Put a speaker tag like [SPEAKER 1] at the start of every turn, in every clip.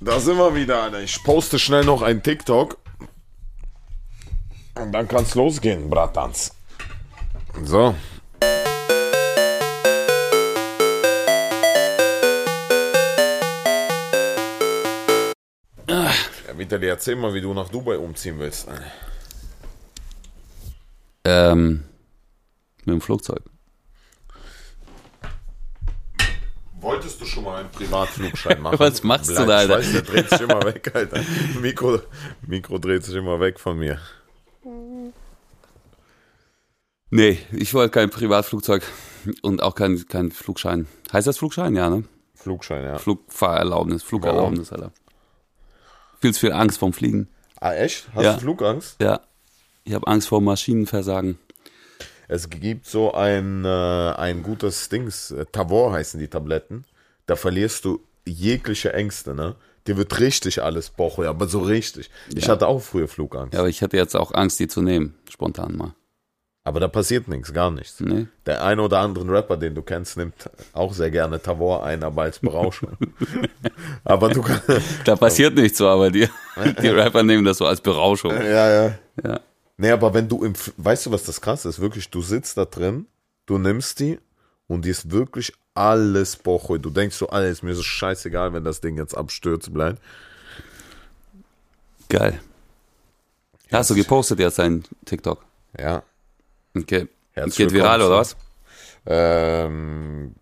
[SPEAKER 1] Da sind wir wieder, Alter. Ich poste schnell noch ein TikTok. Und dann kann's losgehen, Bratans. So. Ja, Vitali, erzähl mal, wie du nach Dubai umziehen willst.
[SPEAKER 2] Ähm, mit dem Flugzeug.
[SPEAKER 1] Wolltest du schon mal einen Privatflugschein machen?
[SPEAKER 2] Was machst du da,
[SPEAKER 1] ich
[SPEAKER 2] Alter?
[SPEAKER 1] Weiß, der dreht sich immer weg, Alter. Mikro, Mikro dreht sich immer weg von mir.
[SPEAKER 2] Nee, ich wollte kein Privatflugzeug und auch kein, kein Flugschein. Heißt das Flugschein? Ja, ne?
[SPEAKER 1] Flugschein, ja.
[SPEAKER 2] Flugfahrerlaubnis, Flugerlaubnis, Alter. Viel zu viel Angst vorm Fliegen.
[SPEAKER 1] Ah, echt? Hast
[SPEAKER 2] Ja.
[SPEAKER 1] du Flugangst?
[SPEAKER 2] Ja. Ich habe Angst vor Maschinenversagen.
[SPEAKER 1] Es gibt so ein, äh, ein gutes Dings, äh, Tavor heißen die Tabletten. Da verlierst du jegliche Ängste, ne? Dir wird richtig alles Boche, aber so richtig. Ich hatte auch früher Flugangst.
[SPEAKER 2] Ja, aber ich hätte jetzt auch Angst, die zu nehmen. Spontan mal. ne?
[SPEAKER 1] Aber da passiert nichts, gar nichts.
[SPEAKER 2] Nee.
[SPEAKER 1] Der eine oder andere Rapper, den du kennst, nimmt auch sehr gerne Tavor ein, aber als Berauschung. aber du kannst.
[SPEAKER 2] Da passiert nichts so, aber die, die Rapper nehmen das so als Berauschung.
[SPEAKER 1] Ja, ja.
[SPEAKER 2] Ja.
[SPEAKER 1] Nee, aber wenn du im. F- Weißt du, was das krasse ist? Wirklich, du sitzt da drin, du nimmst die und die ist wirklich alles Boche. Du denkst so, alles, mir ist es scheißegal, wenn das Ding jetzt abstürzt bleibt.
[SPEAKER 2] Geil. Hast du gepostet jetzt deinen TikTok?
[SPEAKER 1] Ja.
[SPEAKER 2] Okay.
[SPEAKER 1] Herzlich
[SPEAKER 2] Geht viral
[SPEAKER 1] willkommen.
[SPEAKER 2] oder was?
[SPEAKER 1] Ähm,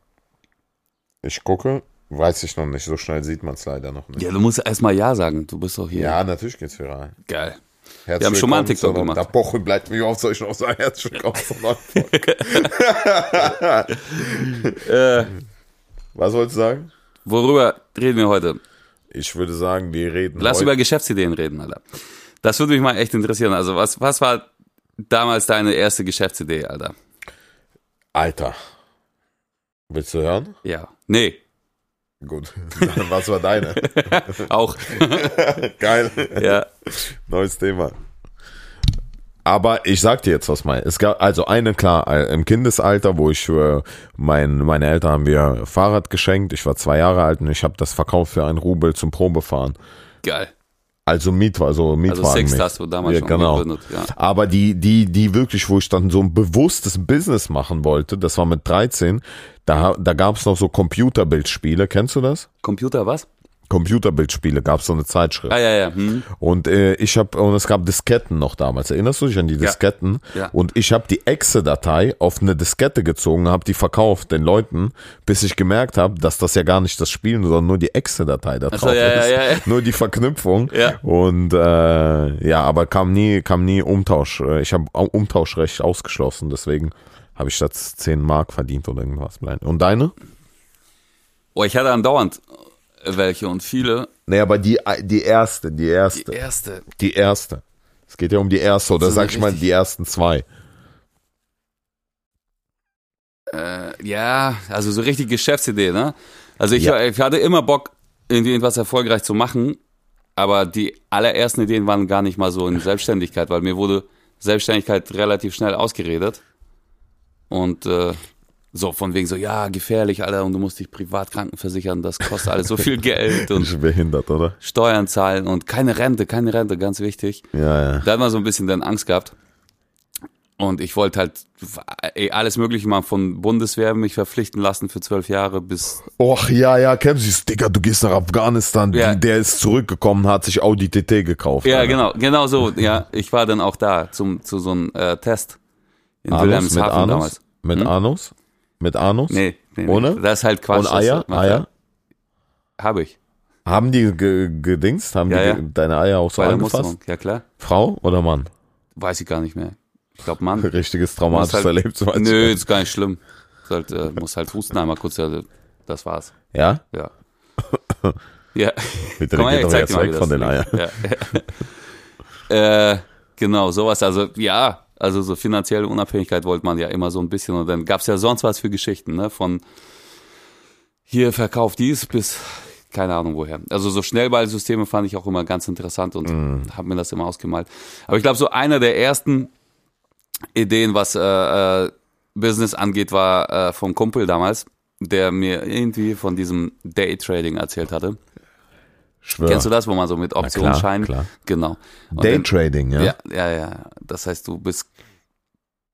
[SPEAKER 1] ich gucke, weiß ich noch nicht. So schnell sieht man es leider noch nicht.
[SPEAKER 2] Ja, du musst erstmal Ja sagen. Du bist doch hier.
[SPEAKER 1] Ja, natürlich geht's viral.
[SPEAKER 2] Geil.
[SPEAKER 1] Herzlich
[SPEAKER 2] Wir haben schon mal einen
[SPEAKER 1] willkommen
[SPEAKER 2] TikTok
[SPEAKER 1] zu-
[SPEAKER 2] gemacht.
[SPEAKER 1] Da Boche bleibt mir auf, soll ich noch sagen. Herzlich willkommen zur neuen Folge. Äh, Was wolltest du sagen?
[SPEAKER 2] Worüber reden wir heute?
[SPEAKER 1] Ich würde sagen, wir reden
[SPEAKER 2] Lass
[SPEAKER 1] heute.
[SPEAKER 2] über Geschäftsideen reden, Alter. Das würde mich mal echt interessieren. Also, was, was war damals deine erste Geschäftsidee, Alter?
[SPEAKER 1] Alter. Willst du hören?
[SPEAKER 2] Ja. Nee,
[SPEAKER 1] Gut. Dann Was war deine?
[SPEAKER 2] auch.
[SPEAKER 1] Geil.
[SPEAKER 2] ja.
[SPEAKER 1] Neues Thema. Aber ich sag dir jetzt was mal. Es gab also eine klar äh, im Kindesalter, wo ich äh, mein meine Eltern haben mir Fahrrad geschenkt. Ich war zwei Jahre alt und ich habe das verkauft für einen Rubel zum Probefahren.
[SPEAKER 2] Geil.
[SPEAKER 1] Also Miet, also
[SPEAKER 2] Also,
[SPEAKER 1] Mietwagen.
[SPEAKER 2] Sixt hast du damals
[SPEAKER 1] ja,
[SPEAKER 2] schon
[SPEAKER 1] genau.
[SPEAKER 2] gegründet. Ja.
[SPEAKER 1] Aber die, die, die wirklich, wo ich dann so ein bewusstes Business machen wollte, das war mit 13, da, ha- da gab es noch so Computerbildspiele, kennst du das?
[SPEAKER 2] Computer, was?
[SPEAKER 1] Computerbildspiele, gab es so eine Zeitschrift.
[SPEAKER 2] Ah, ja, ja. Hm.
[SPEAKER 1] Und äh, ich habe, und es gab Disketten noch damals. Erinnerst du dich an die Disketten?
[SPEAKER 2] Ja.
[SPEAKER 1] Und ich habe die Exe-Datei auf eine Diskette gezogen, habe die verkauft den Leuten, bis ich gemerkt habe, dass das ja gar nicht das Spielen, sondern nur die Exe-Datei da drauf
[SPEAKER 2] so, ja, ja,
[SPEAKER 1] ist.
[SPEAKER 2] ja, ja.
[SPEAKER 1] Nur die Verknüpfung.
[SPEAKER 2] Ja.
[SPEAKER 1] Und äh, ja, aber kam nie, kam nie Umtausch. Äh, Ich habe Umtauschrecht ausgeschlossen, deswegen habe ich das 10 Mark verdient oder irgendwas. Und deine?
[SPEAKER 2] Oh, ich hatte andauernd welche und viele.
[SPEAKER 1] Nee, aber die, äh, die erste, die erste.
[SPEAKER 2] Die erste.
[SPEAKER 1] Die erste. Es geht ja um die erste, oder
[SPEAKER 2] Das ist
[SPEAKER 1] sag ich mal
[SPEAKER 2] richtig.
[SPEAKER 1] die ersten zwei.
[SPEAKER 2] Äh, ja, also so richtig Geschäftsidee, ne? Also ich,
[SPEAKER 1] Ja.
[SPEAKER 2] ich hatte immer Bock, irgendwie irgendwas erfolgreich zu machen, aber die allerersten Ideen waren gar nicht mal so in Selbstständigkeit, weil mir wurde Selbstständigkeit relativ schnell ausgeredet. Und äh, so von wegen so, ja, gefährlich, Alter, und du musst dich privat krankenversichern, das kostet alles so viel Geld und
[SPEAKER 1] Ist behindert, oder?
[SPEAKER 2] Steuern zahlen und keine Rente, keine Rente, ganz wichtig.
[SPEAKER 1] Ja, ja.
[SPEAKER 2] Da hat man so ein bisschen dann Angst gehabt. Und ich wollte halt ey, alles Mögliche machen, von Bundeswehr mich verpflichten lassen für zwölf Jahre bis.
[SPEAKER 1] Och, ja, ja, Kemsis, Digga, du gehst nach Afghanistan.
[SPEAKER 2] Ja.
[SPEAKER 1] Die, der ist zurückgekommen, hat sich Audi TT gekauft.
[SPEAKER 2] Ja,
[SPEAKER 1] Alter.
[SPEAKER 2] genau, genau so. Ja, ich war dann auch da zum, zu so einem äh, Test in
[SPEAKER 1] Anus, mit
[SPEAKER 2] Wilhelmshaven
[SPEAKER 1] Anus?
[SPEAKER 2] damals. Hm?
[SPEAKER 1] Mit Anus? Mit Anus?
[SPEAKER 2] Nee, nee,
[SPEAKER 1] Ohne?
[SPEAKER 2] nee. Das ist halt Quatsch.
[SPEAKER 1] Und Eier?
[SPEAKER 2] Das-
[SPEAKER 1] Eier?
[SPEAKER 2] Hab ich.
[SPEAKER 1] Haben die ge- gedingst? Haben
[SPEAKER 2] Ja,
[SPEAKER 1] die
[SPEAKER 2] ja.
[SPEAKER 1] ge- deine Eier auch so
[SPEAKER 2] Bei der
[SPEAKER 1] angefasst?
[SPEAKER 2] Musterung. Ja, klar.
[SPEAKER 1] Frau oder Mann?
[SPEAKER 2] Weiß ich gar nicht mehr. Ich glaube, Mann.
[SPEAKER 1] Richtiges traumatisches
[SPEAKER 2] Muss halt-
[SPEAKER 1] Erlebnis. weiß ich
[SPEAKER 2] Nö,
[SPEAKER 1] nicht.
[SPEAKER 2] ist gar nicht schlimm. Ist halt, äh, muss halt husten einmal kurz. ja, Das war's.
[SPEAKER 1] Ja?
[SPEAKER 2] Ja. ja.
[SPEAKER 1] Bitte,
[SPEAKER 2] Komm
[SPEAKER 1] der geht
[SPEAKER 2] her,
[SPEAKER 1] doch
[SPEAKER 2] ich zeig dir
[SPEAKER 1] jetzt
[SPEAKER 2] mal,
[SPEAKER 1] weg
[SPEAKER 2] wie
[SPEAKER 1] von
[SPEAKER 2] das
[SPEAKER 1] den Eiern.
[SPEAKER 2] geht. Ja. äh, genau, sowas. Also, ja, also so finanzielle Unabhängigkeit wollte man ja immer so ein bisschen. Und dann gab's ja sonst was für Geschichten, ne? Von hier verkauf dies bis keine Ahnung woher. Also so Schnellballsysteme fand ich auch immer ganz interessant und
[SPEAKER 1] Mm.
[SPEAKER 2] hab habe mir das immer ausgemalt. Aber ich glaube, so einer der ersten Ideen, was äh, äh, Business angeht, war äh, vom Kumpel damals, der mir irgendwie von diesem Daytrading erzählt hatte.
[SPEAKER 1] Schwör.
[SPEAKER 2] Kennst du das, wo man so mit Optionsscheinen?
[SPEAKER 1] klar.
[SPEAKER 2] Genau. Und dann-
[SPEAKER 1] Daytrading, ja.
[SPEAKER 2] ja, ja, ja. Das heißt, du bist,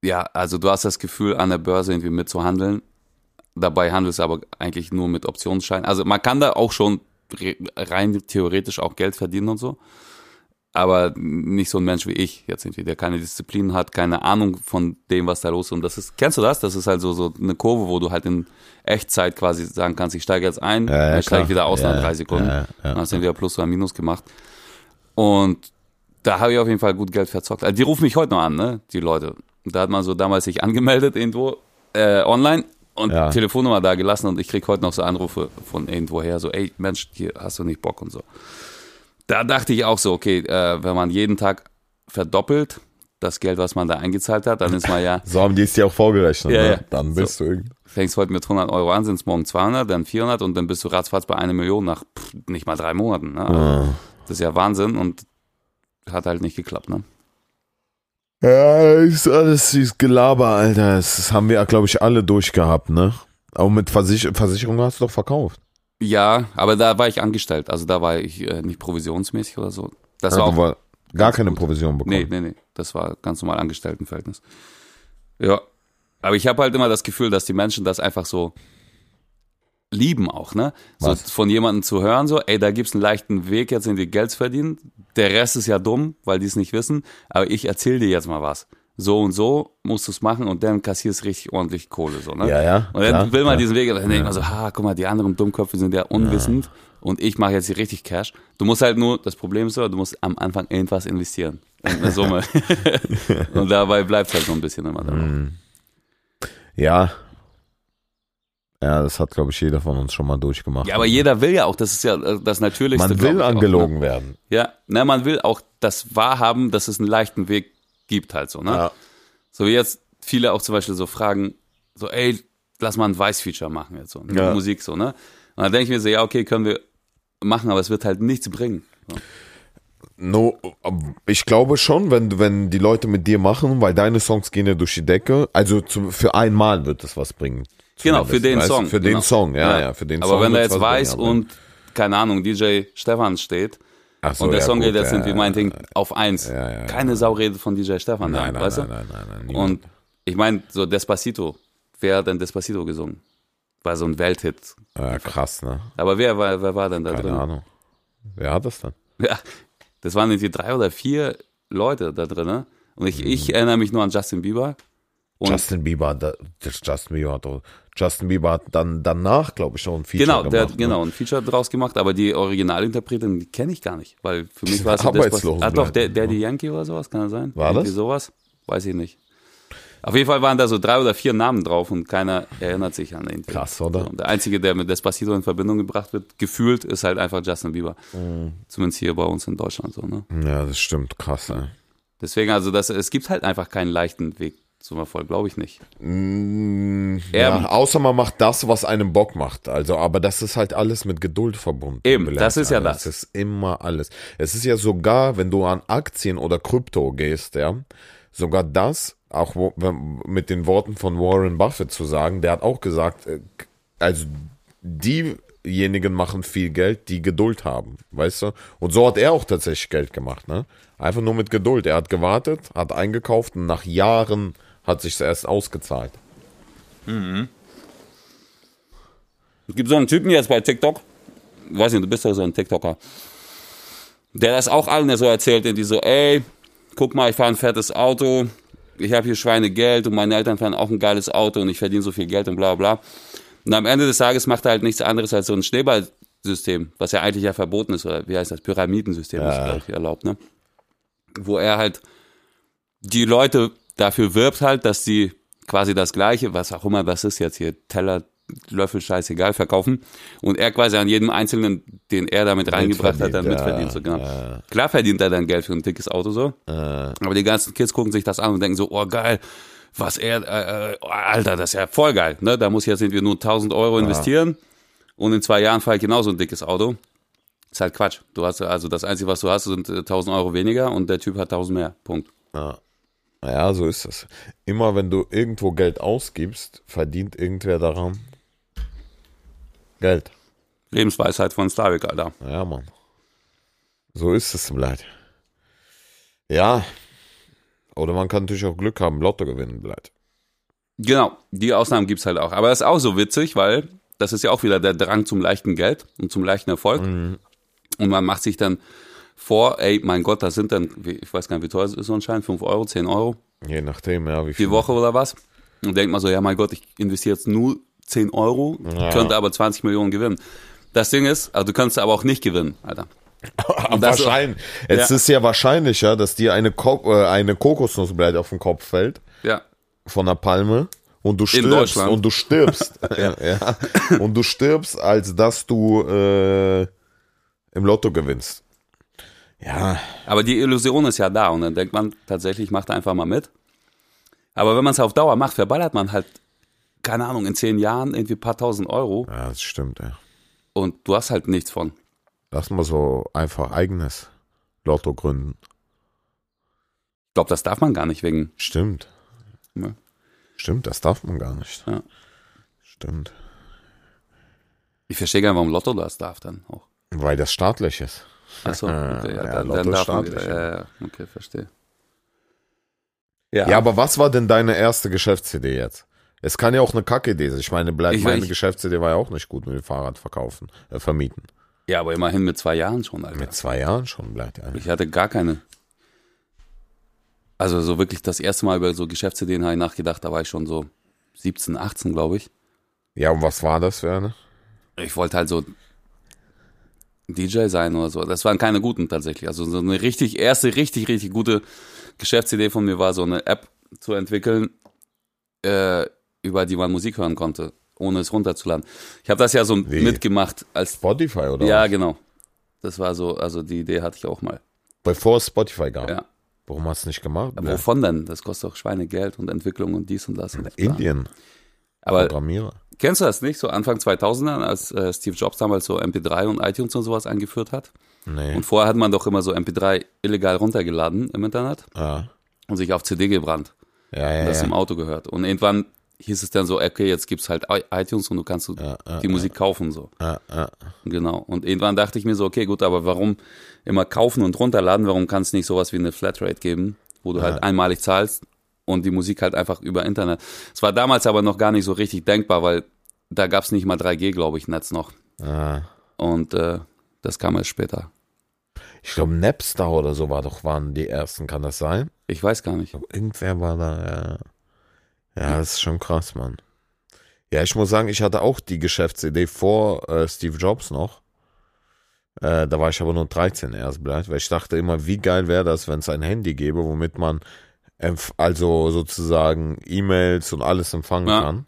[SPEAKER 2] ja, also du hast das Gefühl, an der Börse irgendwie mitzuhandeln. Dabei handelst du aber eigentlich nur mit Optionsscheinen. Also man kann da auch schon re- rein theoretisch auch Geld verdienen und so. Aber nicht so ein Mensch wie ich jetzt irgendwie, der keine Disziplin hat, keine Ahnung von dem, was da los ist. Und das ist, kennst du das? Das ist halt so, so eine Kurve, wo du halt in Echtzeit quasi sagen kannst, ich steige jetzt ein,
[SPEAKER 1] Ja, ja,
[SPEAKER 2] dann steige
[SPEAKER 1] klar.
[SPEAKER 2] ich wieder aus
[SPEAKER 1] Ja,
[SPEAKER 2] nach
[SPEAKER 1] ja,
[SPEAKER 2] drei Sekunden.
[SPEAKER 1] ja, ja.
[SPEAKER 2] Dann hast du entweder Plus oder Minus gemacht. Und da habe ich auf jeden Fall gut Geld verzockt. Also die rufen mich heute noch an, ne? Die Leute. Da hat man so damals sich angemeldet irgendwo äh, online und
[SPEAKER 1] Ja.
[SPEAKER 2] Telefonnummer da gelassen und ich krieg heute noch so Anrufe von irgendwoher, so, ey Mensch, hier hast du nicht Bock und so. Da dachte ich auch so, okay, äh, wenn man jeden Tag verdoppelt das Geld, was man da eingezahlt hat, dann ist man ja,
[SPEAKER 1] So haben die es dir auch vorgerechnet.
[SPEAKER 2] Ja,
[SPEAKER 1] ne?
[SPEAKER 2] ja.
[SPEAKER 1] Dann bist du irgendwie.
[SPEAKER 2] fängst heute mit 100 Euro an, sind es morgen 200, dann 400 und dann bist du ratzfatz bei einer Million nach pff, nicht mal drei Monaten. Ne?
[SPEAKER 1] Ah.
[SPEAKER 2] Das ist ja Wahnsinn und hat halt nicht geklappt, ne?
[SPEAKER 1] Ja, ist alles dieses Gelaber, Alter. Das haben wir, glaube ich, alle durchgehabt, ne? Aber mit Versich Versicherung hast du doch verkauft.
[SPEAKER 2] Ja, aber da war ich angestellt. Also da war ich äh, nicht provisionsmäßig oder so. Das war
[SPEAKER 1] Ja, Ah, du
[SPEAKER 2] auch.
[SPEAKER 1] war gar keine Provision
[SPEAKER 2] Nee,
[SPEAKER 1] bekommen.
[SPEAKER 2] nee, nee. Das war ganz normal Angestelltenverhältnis. Ja. Aber ich habe halt immer das Gefühl, dass die Menschen das einfach so lieben auch, ne? So
[SPEAKER 1] Was?
[SPEAKER 2] von jemandem zu hören, so, ey, da gibt's einen leichten Weg, jetzt in die Geld zu verdienen. Der Rest ist ja dumm, weil die es nicht wissen. Aber ich erzähle dir jetzt mal was. So und so musst du's machen und dann kassierst richtig ordentlich Kohle, so, ne?
[SPEAKER 1] Ja, ja.
[SPEAKER 2] Und dann
[SPEAKER 1] klar,
[SPEAKER 2] will man
[SPEAKER 1] klar.
[SPEAKER 2] diesen Weg, dann denkt man so, ha, guck mal, die anderen Dummköpfe sind ja unwissend und ich mache jetzt hier richtig Cash. Du musst halt nur, das Problem ist so, du musst am Anfang irgendwas investieren. Eine Summe. und dabei bleibt halt so ein bisschen immer dabei.
[SPEAKER 1] Ja. Ja, das hat, glaube ich, jeder von uns schon mal durchgemacht.
[SPEAKER 2] Ja, aber jeder will ja auch, das ist ja äh, das Natürlichste.
[SPEAKER 1] man
[SPEAKER 2] glaub ich,
[SPEAKER 1] will
[SPEAKER 2] auch, ne?
[SPEAKER 1] angelogen werden.
[SPEAKER 2] Ja, na, man will auch das wahrhaben, dass es einen leichten Weg gibt halt so, ne?
[SPEAKER 1] Ja.
[SPEAKER 2] So wie jetzt viele auch zum Beispiel so fragen, so, ey, lass mal ein Weiß-Feature machen jetzt so, mit
[SPEAKER 1] Ja.
[SPEAKER 2] Musik so, ne? Und dann denke ich mir so, ja, okay, können wir machen, aber es wird halt nichts bringen. So.
[SPEAKER 1] No, ich glaube schon, wenn, du- wenn die Leute mit dir machen, weil deine Songs gehen ja durch die Decke. Also zu, für einmal wird das was bringen.
[SPEAKER 2] Genau, für
[SPEAKER 1] Zumindest,
[SPEAKER 2] den
[SPEAKER 1] weißt du?
[SPEAKER 2] Song.
[SPEAKER 1] Für
[SPEAKER 2] genau.
[SPEAKER 1] den Song, ja, ja, für den
[SPEAKER 2] Aber
[SPEAKER 1] Song.
[SPEAKER 2] wenn da
[SPEAKER 1] wird's
[SPEAKER 2] jetzt
[SPEAKER 1] was
[SPEAKER 2] Weiß
[SPEAKER 1] bringen, aber-
[SPEAKER 2] und, keine Ahnung, DJ Stefan steht
[SPEAKER 1] Ach so,
[SPEAKER 2] und der
[SPEAKER 1] ja,
[SPEAKER 2] Song
[SPEAKER 1] gut,
[SPEAKER 2] geht jetzt
[SPEAKER 1] ja,
[SPEAKER 2] irgendwie mein Ding auf eins.
[SPEAKER 1] ja, ja.
[SPEAKER 2] keine Sau redet von DJ Stefan,
[SPEAKER 1] Nein,
[SPEAKER 2] da,
[SPEAKER 1] nein,
[SPEAKER 2] weißt
[SPEAKER 1] nein,
[SPEAKER 2] du?
[SPEAKER 1] nein, nein, nein, niemand.
[SPEAKER 2] Und ich meine, so Despacito, wer hat denn Despacito gesungen? War so ein Welthit.
[SPEAKER 1] ja, krass, ne?
[SPEAKER 2] Aber wer, war, wer war denn da
[SPEAKER 1] Keine
[SPEAKER 2] drin?
[SPEAKER 1] Ahnung. Wer hat das dann?
[SPEAKER 2] Ja, das waren irgendwie drei oder vier Leute da drin. ne? Und ich,
[SPEAKER 1] Mhm.
[SPEAKER 2] ich erinnere mich nur an Justin Bieber. Und
[SPEAKER 1] Justin Bieber, da, das Justin Bieber hat, auch- Justin Bieber hat dann danach, glaube ich, noch ein Feature
[SPEAKER 2] genau,
[SPEAKER 1] gemacht.
[SPEAKER 2] der,
[SPEAKER 1] ne?
[SPEAKER 2] hat genau, ein Feature draus gemacht, aber die Originalinterpretin, die kenne ich gar nicht, weil für mich war es
[SPEAKER 1] Arbeitslosen
[SPEAKER 2] Ah, doch, der,
[SPEAKER 1] bleiben, ne?
[SPEAKER 2] Daddy Yankee oder sowas, kann das sein?
[SPEAKER 1] War das?
[SPEAKER 2] Irgendwie sowas? Weiß ich nicht. Auf jeden Fall waren da so drei oder vier Namen drauf und keiner erinnert sich an den.
[SPEAKER 1] Krass, oder?
[SPEAKER 2] Und der einzige, der mit Despacito in Verbindung gebracht wird, gefühlt, ist halt einfach Justin Bieber.
[SPEAKER 1] Mhm.
[SPEAKER 2] Zumindest hier bei uns in Deutschland so, ne?
[SPEAKER 1] Ja, das stimmt, krass, ey.
[SPEAKER 2] Deswegen, also das, es gibt halt einfach keinen leichten Weg zum Erfolg, glaube ich nicht. Mm,
[SPEAKER 1] Ja, außer man macht das, was einem Bock macht. Also, aber das ist halt alles mit Geduld verbunden.
[SPEAKER 2] Eben,
[SPEAKER 1] Bülent,
[SPEAKER 2] das ist ja
[SPEAKER 1] Alter.
[SPEAKER 2] das.
[SPEAKER 1] Es ist immer alles. Es ist ja sogar, wenn du an Aktien oder Krypto gehst, ja, sogar das, auch wo, wenn, mit den Worten von Warren Buffett zu sagen, der hat auch gesagt, äh, k- also diejenigen machen viel Geld, die Geduld haben, weißt du? Und so hat er auch tatsächlich Geld gemacht, ne? Einfach nur mit Geduld. Er hat gewartet, hat eingekauft und nach Jahren hat sich's erst ausgezahlt.
[SPEAKER 2] Es gibt so einen Typen jetzt bei TikTok, weiß nicht, du bist doch so ein TikToker, der das auch allen so erzählt, in die so, ey, guck mal, ich fahre ein fettes Auto, ich habe hier Schweinegeld und meine Eltern fahren auch ein geiles Auto und ich verdiene so viel Geld und bla bla. Und am Ende des Tages macht er halt nichts anderes als so ein Schneeballsystem, was ja eigentlich ja verboten ist, oder wie heißt das, Pyramidensystem ist,
[SPEAKER 1] Ja.
[SPEAKER 2] glaube ich, erlaubt, ne? Wo er halt die Leute dafür wirbt halt, dass die quasi das Gleiche, was auch immer das ist jetzt hier, Teller, Löffel, scheißegal, verkaufen. Und er quasi an jedem Einzelnen, den er damit reingebracht hat, dann
[SPEAKER 1] Mitverdient, ja,
[SPEAKER 2] mitverdient. so, genau.
[SPEAKER 1] ja. Äh.
[SPEAKER 2] Klar verdient er dann Geld für ein dickes Auto so. Aber die ganzen Kids gucken sich das an und denken so, oh geil, was er, äh, äh, oh, Alter, das ist ja voll geil. Ne? Da muss ich jetzt irgendwie nur 1000 Euro investieren und in zwei Jahren fahre ich genauso ein dickes Auto. Ist halt Quatsch. Du hast also das Einzige, was du hast, sind äh, 1000 Euro weniger und der Typ hat 1000 mehr. Punkt.
[SPEAKER 1] Ja, so ist es. Immer wenn du irgendwo Geld ausgibst, verdient irgendwer daran Geld.
[SPEAKER 2] Lebensweisheit von Slavik, Alter.
[SPEAKER 1] Ja, Mann. So ist es Blatt. Ja. Oder man kann natürlich auch Glück haben, Lotto gewinnen bleibt.
[SPEAKER 2] Genau, die Ausnahmen gibt's halt auch. Aber das ist auch so witzig, weil das ist ja auch wieder der Drang zum leichten Geld und zum leichten Erfolg. Und man macht sich dann vor, ey, mein Gott, das sind dann, wie- ich weiß gar nicht, wie teuer ist so ein Schein, 5 Euro, 10 Euro
[SPEAKER 1] Je nachdem, ja, wie
[SPEAKER 2] die
[SPEAKER 1] viel.
[SPEAKER 2] Woche oder was. Und denkt man so, ja, mein Gott, ich investiere jetzt nur 10 Euro, könnte aber 20 Millionen gewinnen. Das Ding ist, also du kannst aber auch nicht gewinnen, Alter. das-
[SPEAKER 1] wahrscheinlich. Es
[SPEAKER 2] Ja.
[SPEAKER 1] ist ja wahrscheinlicher, dass dir eine, Ko äh, eine Kokosnussblatt auf den Kopf fällt
[SPEAKER 2] Ja.
[SPEAKER 1] von einer Palme und du stirbst
[SPEAKER 2] Deutschland.
[SPEAKER 1] und du stirbst ja. Ja. und du stirbst, als dass du äh, im Lotto gewinnst. Ja,
[SPEAKER 2] Aber die Illusion ist ja da und dann denkt man tatsächlich, macht einfach mal mit. Aber wenn man es auf Dauer macht, verballert man halt, keine Ahnung, in zehn Jahren irgendwie ein paar tausend Euro
[SPEAKER 1] ja das stimmt. Ja.
[SPEAKER 2] und du hast halt nichts von.
[SPEAKER 1] Lass mal so einfach eigenes Lotto gründen.
[SPEAKER 2] Ich glaube, das darf man gar nicht wegen.
[SPEAKER 1] Stimmt.
[SPEAKER 2] Ne?
[SPEAKER 1] Stimmt, das darf man gar nicht.
[SPEAKER 2] Ja.
[SPEAKER 1] Stimmt.
[SPEAKER 2] Ich verstehe gar nicht, warum Lotto das darf dann auch.
[SPEAKER 1] Weil das staatlich ist.
[SPEAKER 2] Achso, okay, ja,
[SPEAKER 1] Ja,
[SPEAKER 2] dann,
[SPEAKER 1] Lotto
[SPEAKER 2] dann
[SPEAKER 1] ist
[SPEAKER 2] darf man
[SPEAKER 1] staatlich,
[SPEAKER 2] wieder, ja, ja, okay, verstehe.
[SPEAKER 1] Ja. aber was war denn deine erste Geschäftsidee jetzt? Es kann ja auch eine Kackidee sein. Ich meine, bleib,
[SPEAKER 2] Ich-
[SPEAKER 1] meine
[SPEAKER 2] ich-
[SPEAKER 1] Geschäftsidee war ja auch nicht gut mit dem Fahrrad verkaufen, äh, vermieten.
[SPEAKER 2] Ja, aber immerhin mit zwei Jahren schon, Alter.
[SPEAKER 1] Mit zwei Jahren schon bleibt ja.
[SPEAKER 2] Ich hatte gar keine. Also so wirklich das erste Mal über so Geschäftsideen habe ich nachgedacht, da war ich schon so 17, 18, glaube ich.
[SPEAKER 1] Ja, und was war das für eine?
[SPEAKER 2] Ich wollte halt so DJ sein oder so. Das waren keine guten tatsächlich. Also so eine richtig erste, richtig, richtig gute Geschäftsidee von mir war, so eine App zu entwickeln, äh, über die man Musik hören konnte, ohne es runterzuladen. Ich habe das ja so
[SPEAKER 1] Wie?
[SPEAKER 2] mitgemacht als
[SPEAKER 1] Spotify oder
[SPEAKER 2] ja
[SPEAKER 1] was?
[SPEAKER 2] genau. Das war so, also die Idee hatte ich auch mal.
[SPEAKER 1] Bevor es Spotify gab.
[SPEAKER 2] Ja.
[SPEAKER 1] Warum hast du nicht gemacht? Bleib.
[SPEAKER 2] Wovon denn? Das kostet auch Schweinegeld und Entwicklung und dies und das. Und
[SPEAKER 1] Indien,
[SPEAKER 2] Aber
[SPEAKER 1] Programmierer.
[SPEAKER 2] Kennst du das nicht? So Anfang 2000ern, als äh, Steve Jobs damals so MP3 und iTunes und sowas eingeführt hat.
[SPEAKER 1] Nee.
[SPEAKER 2] Und vorher hat man doch immer so MP3 illegal runtergeladen im Internet
[SPEAKER 1] Ah.
[SPEAKER 2] und sich auf CD gebrannt.
[SPEAKER 1] Ja, ja,
[SPEAKER 2] Das
[SPEAKER 1] ja.
[SPEAKER 2] im Auto gehört. Und irgendwann hieß es dann so, okay, jetzt gibt's halt i- iTunes und du kannst so die Musik kaufen so.
[SPEAKER 1] Ah, ah.
[SPEAKER 2] Genau. Und irgendwann dachte ich mir so, okay, gut, aber warum immer kaufen und runterladen? Warum kann es nicht sowas wie eine Flatrate geben, wo du halt einmalig zahlst und die Musik halt einfach über Internet? Es war damals aber noch gar nicht so richtig denkbar, weil da gab es nicht mal 3G, glaube ich, Netz noch.
[SPEAKER 1] Ah.
[SPEAKER 2] Und äh, das kam erst später.
[SPEAKER 1] Ich glaube, Napster oder so war doch, waren die ersten, kann das sein?
[SPEAKER 2] Ich weiß gar nicht.
[SPEAKER 1] Irgendwer war da, ja. Ja, das ist schon krass, Mann. Ja, ich muss sagen, ich hatte auch die Geschäftsidee vor äh, Steve Jobs noch. Äh, da war ich aber nur 13 erst bleibt, weil ich dachte immer, wie geil wäre das, wenn es ein Handy gäbe, womit man empf- also sozusagen E-Mails und alles empfangen
[SPEAKER 2] Ja.
[SPEAKER 1] kann.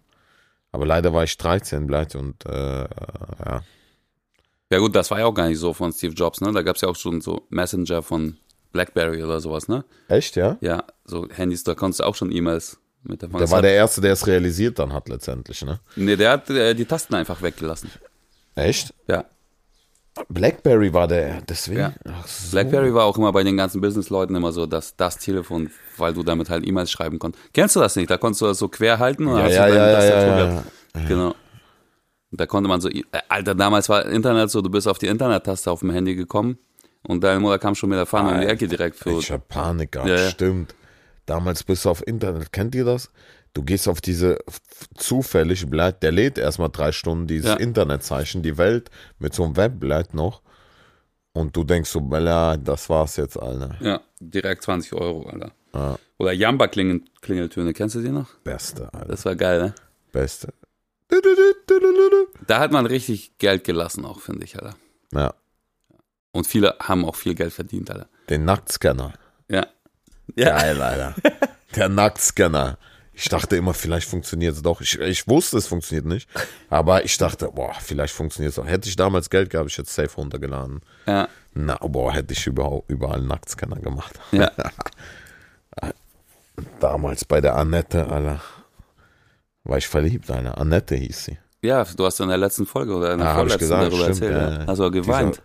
[SPEAKER 1] Aber leider war ich 13 bleibt und äh, ja.
[SPEAKER 2] Ja gut, das war ja auch gar nicht so von Steve Jobs, ne? Da gab es ja auch schon so Messenger von BlackBerry oder sowas, ne?
[SPEAKER 1] Echt, ja?
[SPEAKER 2] Ja, so Handys, da konntest du auch schon E-Mails mit der
[SPEAKER 1] Da war der Erste, der es realisiert dann hat letztendlich, ne?
[SPEAKER 2] Nee, der hat äh, die Tasten einfach weggelassen.
[SPEAKER 1] Echt?
[SPEAKER 2] Ja.
[SPEAKER 1] Blackberry war der, deswegen.
[SPEAKER 2] Ja.
[SPEAKER 1] Ach so.
[SPEAKER 2] BlackBerry war auch immer bei den ganzen Businessleuten immer so, dass das Telefon, weil du damit halt E-Mails schreiben konntest. Kennst du das nicht? Da konntest du das so quer halten und
[SPEAKER 1] Ja,
[SPEAKER 2] hast
[SPEAKER 1] ja,
[SPEAKER 2] du
[SPEAKER 1] ja, ja,
[SPEAKER 2] Tastatur
[SPEAKER 1] ja,
[SPEAKER 2] gehabt. Genau. Und Da konnte man so, äh, Alter, damals war Internet so, du bist auf die Internettaste auf dem Handy gekommen und deine Mutter kam schon mit der Fahne in die Ecke direkt für.
[SPEAKER 1] Ich hab Panik gehabt,
[SPEAKER 2] Ja, ja.
[SPEAKER 1] stimmt. Damals bist du auf Internet, kennt ihr das? Du gehst auf diese f- zufällig bleibt, der lädt erstmal drei Stunden dieses
[SPEAKER 2] Ja.
[SPEAKER 1] Internetzeichen, die Welt mit so einem Web bleibt noch. Und du denkst so, Bella, das war's jetzt, Alter.
[SPEAKER 2] Ja, direkt 20 Euro, Alter. Oder Jamba-Klingeltöne, kennst du die noch?
[SPEAKER 1] Beste, Alter.
[SPEAKER 2] Das war geil, ne?
[SPEAKER 1] Beste. Du, du, du, du, du, du.
[SPEAKER 2] Da hat man richtig Geld gelassen auch, finde ich, Alter.
[SPEAKER 1] Ja,
[SPEAKER 2] Und viele haben auch viel Geld verdient, Alter.
[SPEAKER 1] den Nacktscanner.
[SPEAKER 2] Ja.
[SPEAKER 1] Geil, Alter. Der Nacktscanner. Ich dachte immer, vielleicht funktioniert es doch. Ich, ich wusste, es funktioniert nicht. Aber ich dachte, boah, vielleicht funktioniert es doch. Hätte ich damals Geld gehabt, ich hätte safe runtergeladen.
[SPEAKER 2] Ja.
[SPEAKER 1] Na, boah, hätte ich überhaupt überall einen Nacktscanner gemacht.
[SPEAKER 2] Ja.
[SPEAKER 1] Damals bei der Annette, Alter. War ich verliebt, Alter. Annette hieß sie.
[SPEAKER 2] Ja, du hast in der letzten Folge oder in der
[SPEAKER 1] Ah, hab ich
[SPEAKER 2] vorletzten
[SPEAKER 1] gesagt,
[SPEAKER 2] darüber
[SPEAKER 1] stimmt.
[SPEAKER 2] erzählt.
[SPEAKER 1] ja,
[SPEAKER 2] ja.
[SPEAKER 1] ja.
[SPEAKER 2] Hast du auch geweint.
[SPEAKER 1] Dieser-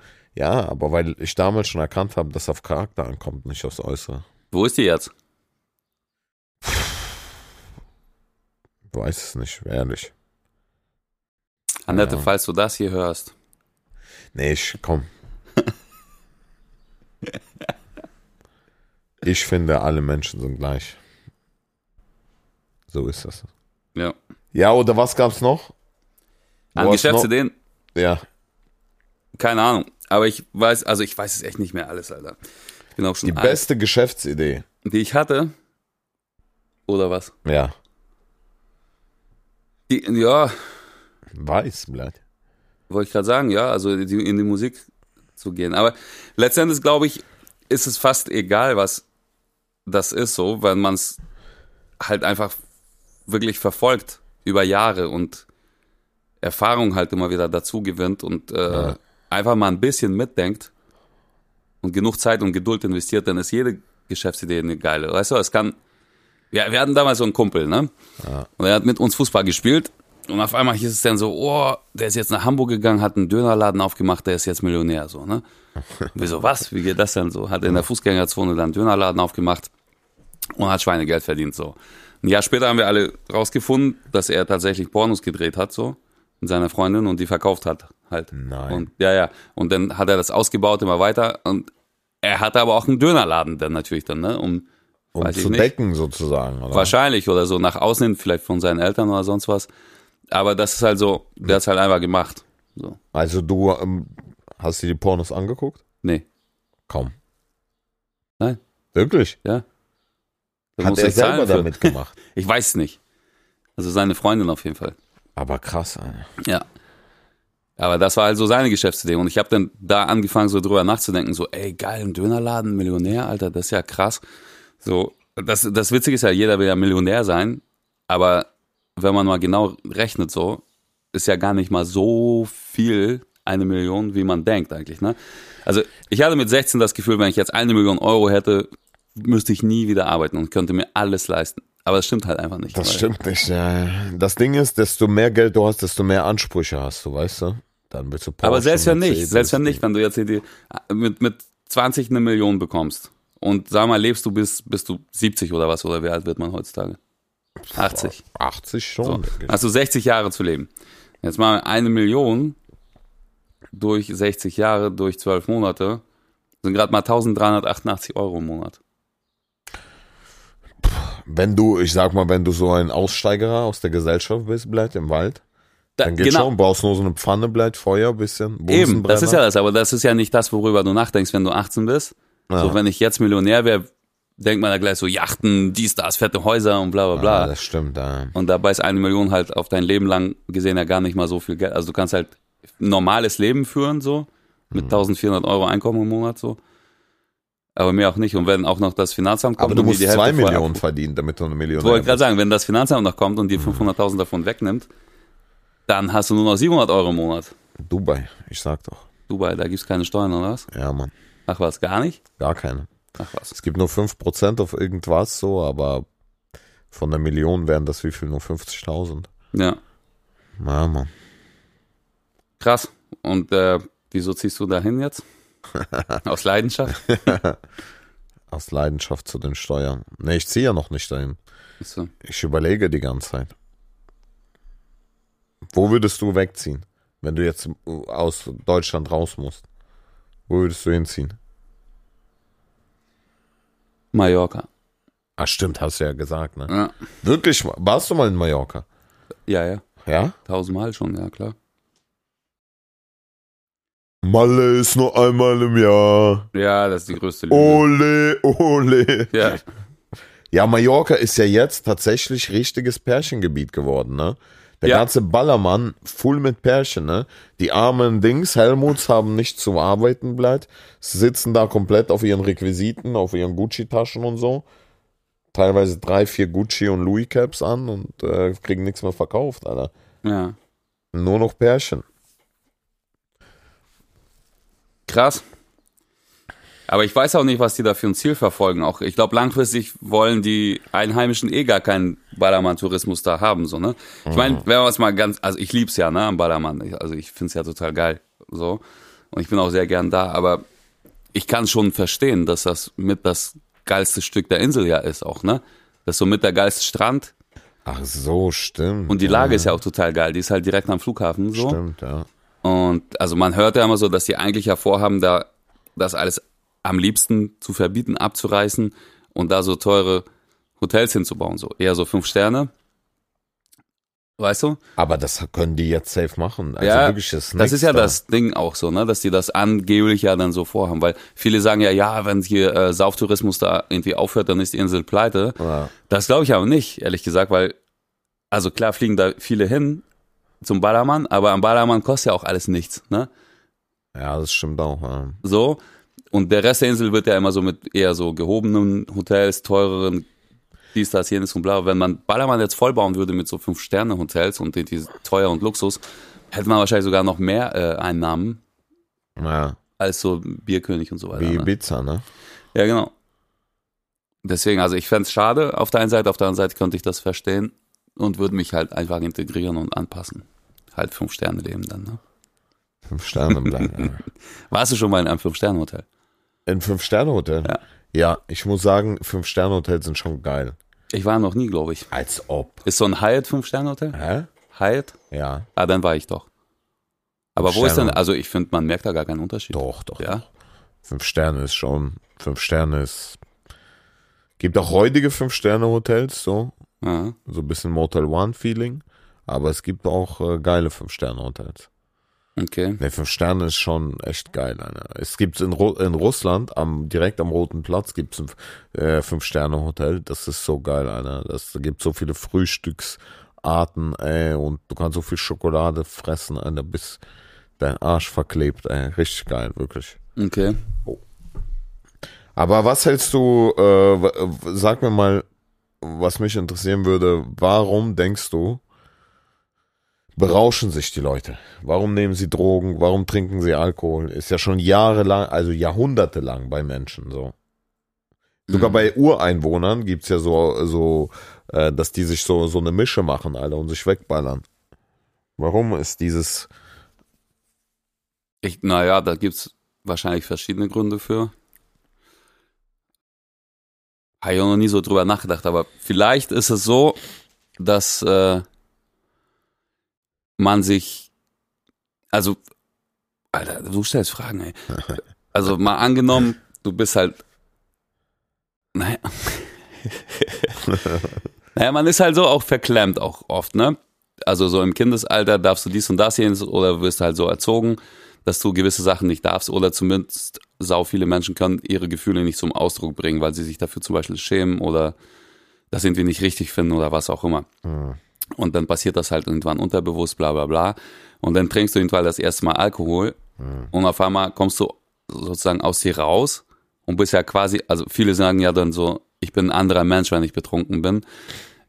[SPEAKER 1] ja, aber weil ich damals schon erkannt habe, dass auf Charakter ankommt, nicht aufs Äußere.
[SPEAKER 2] Wo ist die jetzt?
[SPEAKER 1] Weiß es nicht, ehrlich.
[SPEAKER 2] Annette,
[SPEAKER 1] Ja.
[SPEAKER 2] falls du das hier hörst.
[SPEAKER 1] Nee, ich komm. Ich finde, alle Menschen sind gleich. So ist das.
[SPEAKER 2] Ja.
[SPEAKER 1] Ja, oder was gab's noch? Du
[SPEAKER 2] An
[SPEAKER 1] hast
[SPEAKER 2] Geschäftsideen?
[SPEAKER 1] noch- Ja.
[SPEAKER 2] Keine Ahnung. Aber ich weiß, also ich weiß es echt nicht mehr alles, Alter. Ich bin auch schon
[SPEAKER 1] Die
[SPEAKER 2] alt.
[SPEAKER 1] beste Geschäftsidee.
[SPEAKER 2] Die ich hatte. Oder was?
[SPEAKER 1] Ja.
[SPEAKER 2] Die, ja,
[SPEAKER 1] Weißblatt.
[SPEAKER 2] wollte ich gerade sagen, ja, also die, in die Musik zu gehen. Aber letztendlich, glaube ich, ist es fast egal, was das ist, so, wenn man es halt einfach wirklich verfolgt über Jahre und Erfahrung halt immer wieder dazu gewinnt und äh,
[SPEAKER 1] Ja.
[SPEAKER 2] einfach mal ein bisschen mitdenkt und genug Zeit und Geduld investiert, dann ist jede Geschäftsidee eine geile. Weißt du, es kann. Ja, wir hatten damals so einen Kumpel, ne? Und er hat mit uns Fußball gespielt. Und auf einmal hieß es dann so, oh, der ist jetzt nach Hamburg gegangen, hat einen Dönerladen aufgemacht, der ist jetzt Millionär, so, ne? Und wir so, was? Wie geht das denn so? Hat in der Fußgängerzone dann einen Dönerladen aufgemacht und hat Schweinegeld verdient, so. Ein Jahr später haben wir alle rausgefunden, dass er tatsächlich Pornos gedreht hat, so, mit seiner Freundin und die verkauft hat, halt.
[SPEAKER 1] Nein.
[SPEAKER 2] Und, ja, ja. Und dann hat er das ausgebaut immer weiter und er hatte aber auch einen Dönerladen dann natürlich dann, ne? Um,
[SPEAKER 1] Um
[SPEAKER 2] weiß ich
[SPEAKER 1] zu
[SPEAKER 2] nicht.
[SPEAKER 1] decken sozusagen. Oder?
[SPEAKER 2] Wahrscheinlich oder so nach außen hin, vielleicht von seinen Eltern oder sonst was. Aber das ist halt so, der hat's halt einfach gemacht. So.
[SPEAKER 1] Also du ähm, hast dir die Pornos angeguckt?
[SPEAKER 2] Nee,
[SPEAKER 1] Kaum.
[SPEAKER 2] Nein.
[SPEAKER 1] Wirklich?
[SPEAKER 2] ja. Da
[SPEAKER 1] Hat
[SPEAKER 2] muss
[SPEAKER 1] er
[SPEAKER 2] ich zahlen
[SPEAKER 1] selber
[SPEAKER 2] für.
[SPEAKER 1] damit gemacht?
[SPEAKER 2] Ich weiß es nicht. Also seine Freundin auf jeden Fall.
[SPEAKER 1] Aber krass, Alter.
[SPEAKER 2] Ja. Aber das war halt so seine Geschäftsidee. Und ich habe dann da angefangen, so drüber nachzudenken, so, ey, geil, ein Dönerladen, Millionär, Alter, das ist ja krass. So, das, das Witzige ist ja, jeder will ja Millionär sein, aber wenn man mal genau rechnet, so, ist ja gar nicht mal so viel eine Million, wie man denkt eigentlich, ne? Also, ich hatte mit 16 das Gefühl, wenn ich jetzt eine Million Euro hätte, müsste ich nie wieder arbeiten und könnte mir alles leisten. Aber das stimmt halt einfach nicht.
[SPEAKER 1] Das
[SPEAKER 2] weil-
[SPEAKER 1] stimmt nicht. Ja, ja. Das Ding ist, desto mehr Geld du hast, desto mehr Ansprüche hast du, weißt du? Dann willst du Porsche,
[SPEAKER 2] Aber selbst wenn nicht,
[SPEAKER 1] Mercedes.
[SPEAKER 2] selbst wenn nicht, wenn du jetzt hier die, mit, mit 20 eine Million bekommst und sag mal, lebst du bis, bis du 70 oder was, oder wie alt wird man heutzutage? 80.
[SPEAKER 1] 80
[SPEAKER 2] So.
[SPEAKER 1] schon. denke ich.
[SPEAKER 2] Hast du 60 Jahre zu leben. Jetzt mal eine Million durch 60 Jahre, durch 12 Monate, sind gerade mal 1388 Euro im Monat.
[SPEAKER 1] Wenn du, ich sag mal, wenn du so ein Aussteigerer aus der Gesellschaft bist, bleibt im Wald,
[SPEAKER 2] Da- genau,
[SPEAKER 1] dann geht schon. Brauchst nur so eine Pfanne, bleibt Feuer, bisschen.
[SPEAKER 2] Eben, das
[SPEAKER 1] Bunsenbrenner.
[SPEAKER 2] ist ja das, aber das ist ja nicht das, worüber du nachdenkst, wenn du 18 bist.
[SPEAKER 1] Ja.
[SPEAKER 2] So, wenn ich jetzt Millionär wäre, denkt man da gleich so Yachten, dies, das, fette Häuser und bla bla bla.
[SPEAKER 1] Ah, das stimmt. Ja.
[SPEAKER 2] Und dabei ist eine Million halt auf dein Leben lang gesehen ja gar nicht mal so viel Geld. Also du kannst halt ein normales Leben führen, so, mit
[SPEAKER 1] Mhm.
[SPEAKER 2] 1400 Euro Einkommen im Monat, so. Aber mehr auch nicht. Und wenn auch noch das Finanzamt kommt,
[SPEAKER 1] Aber du
[SPEAKER 2] und die
[SPEAKER 1] musst
[SPEAKER 2] die Hälfte
[SPEAKER 1] zwei
[SPEAKER 2] vorher
[SPEAKER 1] Millionen
[SPEAKER 2] ab-
[SPEAKER 1] verdienen, damit du eine Million
[SPEAKER 2] Ich wollte gerade sagen, wenn das Finanzamt noch kommt und die 500.000 davon wegnimmt, dann hast du nur noch 700 Euro im Monat.
[SPEAKER 1] Dubai, ich sag doch.
[SPEAKER 2] Dubai, da gibt's keine Steuern, oder was?
[SPEAKER 1] Ja, Mann.
[SPEAKER 2] Ach was, gar nicht?
[SPEAKER 1] Gar keine.
[SPEAKER 2] Ach was.
[SPEAKER 1] Es gibt nur 5% auf irgendwas so, aber von der Million wären das wie viel? Nur 50.000.
[SPEAKER 2] Ja,
[SPEAKER 1] Ja, Mann.
[SPEAKER 2] krass. Und äh, wieso ziehst du da hin jetzt? Aus Leidenschaft?
[SPEAKER 1] Aus Leidenschaft zu den Steuern. Nee, ich ziehe ja noch nicht dahin.
[SPEAKER 2] Ist so.
[SPEAKER 1] Ich überlege die ganze Zeit. Wo würdest du wegziehen, wenn du jetzt aus Deutschland raus musst? Wo würdest du hinziehen?
[SPEAKER 2] Mallorca.
[SPEAKER 1] Ah, stimmt, hast du ja gesagt, ne?
[SPEAKER 2] Ja,
[SPEAKER 1] Wirklich, warst du mal in Mallorca?
[SPEAKER 2] ja. ja.
[SPEAKER 1] Ja?
[SPEAKER 2] Tausendmal schon, ja klar.
[SPEAKER 1] Malle ist nur einmal im Jahr.
[SPEAKER 2] Ja, das ist die größte Lüge.
[SPEAKER 1] Oh, Ole, ole.
[SPEAKER 2] Ja,
[SPEAKER 1] Ja, Mallorca ist ja jetzt tatsächlich richtiges Pärchengebiet geworden, ne? Der
[SPEAKER 2] Ja.
[SPEAKER 1] ganze Ballermann full mit Pärchen, ne? Die armen Dings, Helmuts haben nicht zu arbeiten bleibt, sitzen da komplett auf ihren Requisiten, auf ihren Gucci-Taschen und so. Teilweise drei, vier Gucci und Louis Caps an und äh, kriegen nichts mehr verkauft, Alter.
[SPEAKER 2] ja.
[SPEAKER 1] Nur noch Pärchen.
[SPEAKER 2] Krass. Aber ich weiß auch nicht, was die da für ein Ziel verfolgen. Auch ich glaube, langfristig wollen die Einheimischen eh gar keinen Ballermann-Tourismus da haben, so, ne? Ich meine, wenn man es mal ganz, also ich lieb's ja, ne, am Ballermann. Ich- Also ich find's ja total geil, so. Und ich bin auch sehr gern da, aber ich kann schon verstehen, dass das mit das geilste Stück der Insel ja ist auch, ne? Das ist so mit der geilste Strand
[SPEAKER 1] Ach so, stimmt.
[SPEAKER 2] und die Lage ist ja auch total geil. Die ist halt direkt am Flughafen, so.
[SPEAKER 1] Stimmt, ja.
[SPEAKER 2] Und also man hört ja immer so, dass die eigentlich ja vorhaben, da das alles am liebsten zu verbieten, abzureißen und da so teure Hotels hinzubauen, so eher so fünf Sterne. Weißt du?
[SPEAKER 1] Aber das können die jetzt safe machen. Also
[SPEAKER 2] Ja,
[SPEAKER 1] wirklich, das ist,
[SPEAKER 2] Das
[SPEAKER 1] nichts
[SPEAKER 2] ist ja
[SPEAKER 1] da.
[SPEAKER 2] das Ding auch so, ne, dass die das angeblich ja dann so vorhaben, weil viele sagen ja, ja, wenn hier äh, Sauftourismus da irgendwie aufhört, dann ist die Insel pleite.
[SPEAKER 1] Ja.
[SPEAKER 2] Das glaube ich aber nicht, ehrlich gesagt, weil, also klar fliegen da viele hin zum Ballermann, aber am Ballermann kostet ja auch alles nichts, ne?
[SPEAKER 1] ja, das stimmt auch. Ja.
[SPEAKER 2] So. Und der Rest der Insel wird ja immer so mit eher so gehobenen Hotels, teureren, dies, das, jenes und bla. Wenn man Ballermann jetzt vollbauen würde mit so Fünf-Sterne-Hotels und die teuer und Luxus, hätte man wahrscheinlich sogar noch mehr äh, Einnahmen
[SPEAKER 1] ja.
[SPEAKER 2] als so Bierkönig und so weiter.
[SPEAKER 1] Wie
[SPEAKER 2] ne?
[SPEAKER 1] Ibiza, ne?
[SPEAKER 2] Ja, genau. Deswegen, also ich fänd's schade auf der einen Seite, auf der anderen Seite könnte ich das verstehen und würde mich halt einfach integrieren und anpassen. Halt fünf Sterne leben dann, ne?
[SPEAKER 1] Fünf Sterne bleiben. ja.
[SPEAKER 2] Warst du schon mal in einem Fünf-Sterne-Hotel?
[SPEAKER 1] In Fünf-Sterne-Hotel?
[SPEAKER 2] Ja.
[SPEAKER 1] ja, ich muss sagen, Fünf-Sterne-Hotels sind schon geil.
[SPEAKER 2] Ich war noch nie, glaube ich.
[SPEAKER 1] Als ob.
[SPEAKER 2] Ist so ein Hyatt Fünf-Sterne-Hotel?
[SPEAKER 1] Hä?
[SPEAKER 2] Hyatt?
[SPEAKER 1] Ja,
[SPEAKER 2] Ah, dann war ich doch. Aber wo ist denn,
[SPEAKER 1] Sterne.
[SPEAKER 2] also ich finde, man merkt da gar keinen Unterschied.
[SPEAKER 1] doch, doch.
[SPEAKER 2] Ja?
[SPEAKER 1] Fünf Sterne ist schon. Fünf Sterne ist. Gibt auch heutige Fünf-Sterne-Hotels, so.
[SPEAKER 2] ja.
[SPEAKER 1] So ein bisschen Motel One-Feeling. Aber es gibt auch äh, geile Fünf-Sterne-Hotels.
[SPEAKER 2] Okay.
[SPEAKER 1] Ne, fünf Sterne ist schon echt geil. Alter. Es gibt in, Ru in Russland, am, direkt am Roten Platz, gibt's ein äh, Fünf-Sterne-Hotel. Das ist so geil, Alter. Das gibt so viele Frühstücksarten, ey, und du kannst so viel Schokolade fressen, Alter, bis dein Arsch verklebt, ey. Richtig geil, wirklich.
[SPEAKER 2] Okay.
[SPEAKER 1] Aber was hältst du, äh, w- w- sag mir mal, was mich interessieren würde, warum denkst du, berauschen sich die Leute? Warum nehmen sie Drogen? Warum trinken sie Alkohol? Ist ja schon jahrelang, also jahrhundertelang bei Menschen so.
[SPEAKER 2] Hm. Mhm.
[SPEAKER 1] Sogar bei Ureinwohnern gibt's ja so, so äh, dass die sich so, so eine Mische machen, Alter, und sich wegballern. Warum ist dieses,
[SPEAKER 2] Ich, naja, da gibt's wahrscheinlich verschiedene Gründe für. Habe ich auch noch nie so drüber nachgedacht, aber vielleicht ist es so, dass äh, man sich, also, Alter, du stellst Fragen, ey. Also mal angenommen, du bist halt, naja, naja, man ist halt so auch verklemmt auch oft, ne? Also so im Kindesalter darfst du dies und das jenes oder wirst halt so erzogen dass du gewisse Sachen nicht darfst oder zumindest sau viele Menschen können ihre Gefühle nicht zum Ausdruck bringen, weil sie sich dafür zum Beispiel schämen oder das irgendwie nicht richtig finden oder was auch immer. Und dann passiert das halt irgendwann unterbewusst, bla bla bla. Und dann trinkst du irgendwann das erste Mal Alkohol und auf einmal kommst du sozusagen aus dir raus und bist ja quasi, also viele sagen ja dann so, ich bin ein anderer Mensch, wenn ich betrunken bin.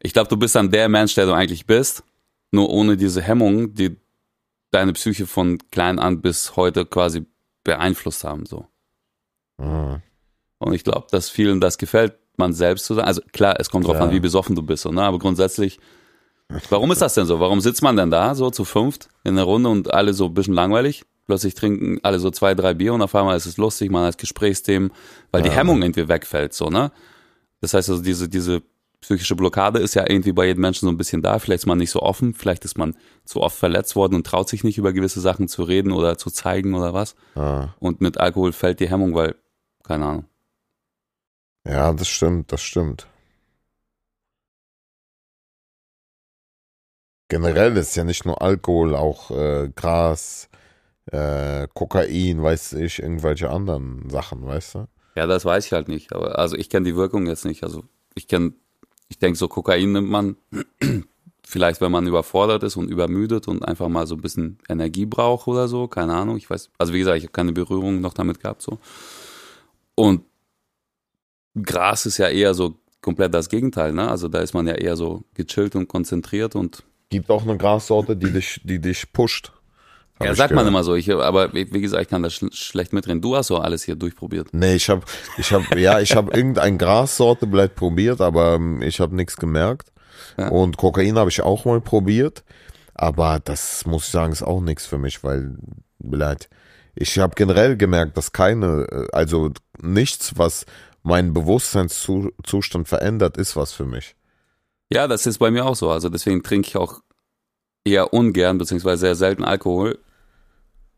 [SPEAKER 2] Ich glaube, du bist dann der Mensch, der du eigentlich bist, nur ohne diese Hemmungen, die deine Psyche von klein an bis heute quasi beeinflusst haben. So.
[SPEAKER 1] äh,
[SPEAKER 2] Und ich glaube, dass vielen das gefällt, man selbst zu sein. Also klar, es kommt drauf
[SPEAKER 1] Ja.
[SPEAKER 2] an, wie besoffen du bist, so, ne? aber grundsätzlich, warum ist das denn so? Warum sitzt man denn da so zu fünft in einer Runde und alle so ein bisschen langweilig? Plötzlich trinken alle so zwei, drei Bier und auf einmal ist es lustig, man hat Gesprächsthemen, weil die Hemmung irgendwie wegfällt, so, ne? Das heißt also, diese, diese psychische Blockade ist ja irgendwie bei jedem Menschen so ein bisschen da. Vielleicht ist man nicht so offen, vielleicht ist man zu oft verletzt worden und traut sich nicht über gewisse Sachen zu reden oder zu zeigen oder was.
[SPEAKER 1] äh.
[SPEAKER 2] Und mit Alkohol fällt die Hemmung, weil, keine Ahnung.
[SPEAKER 1] Ja, das stimmt, das stimmt. Generell ist ja nicht nur Alkohol, auch äh, Gras, äh, Kokain, weiß ich, irgendwelche anderen Sachen, weißt du?
[SPEAKER 2] Ja, das weiß ich halt nicht. Aber also ich kenne die Wirkung jetzt nicht. Also ich kenne, ich denke, so Kokain nimmt man vielleicht, wenn man überfordert ist und übermüdet und einfach mal so ein bisschen Energie braucht oder so. Keine Ahnung. Ich weiß. Also wie gesagt, ich habe keine Berührung noch damit gehabt so. Und Gras ist ja eher so komplett das Gegenteil. Ne? Also da ist man ja eher so gechillt und konzentriert und
[SPEAKER 1] Gibt auch eine Grassorte, die dich, die dich pusht. Hab
[SPEAKER 2] ja,
[SPEAKER 1] ich
[SPEAKER 2] sagt man
[SPEAKER 1] gehört.
[SPEAKER 2] immer so. Ich, aber wie wie gesagt, ich kann das schl schlecht mitreden. Du hast so alles hier durchprobiert.
[SPEAKER 1] Nee, ich habe, ich hab, ja, ich habe irgendein Grassorte bleibt probiert, aber ähm, ich habe nichts gemerkt. Und Kokain habe ich auch mal probiert, aber das muss ich sagen, ist auch nichts für mich, weil bleibt. Ich habe generell gemerkt, dass keine, äh, also nichts, was meinen Bewusstseinszustand verändert, ist was für mich.
[SPEAKER 2] Ja, das ist bei mir auch so. Also deswegen trinke ich auch eher ungern, beziehungsweise sehr selten Alkohol.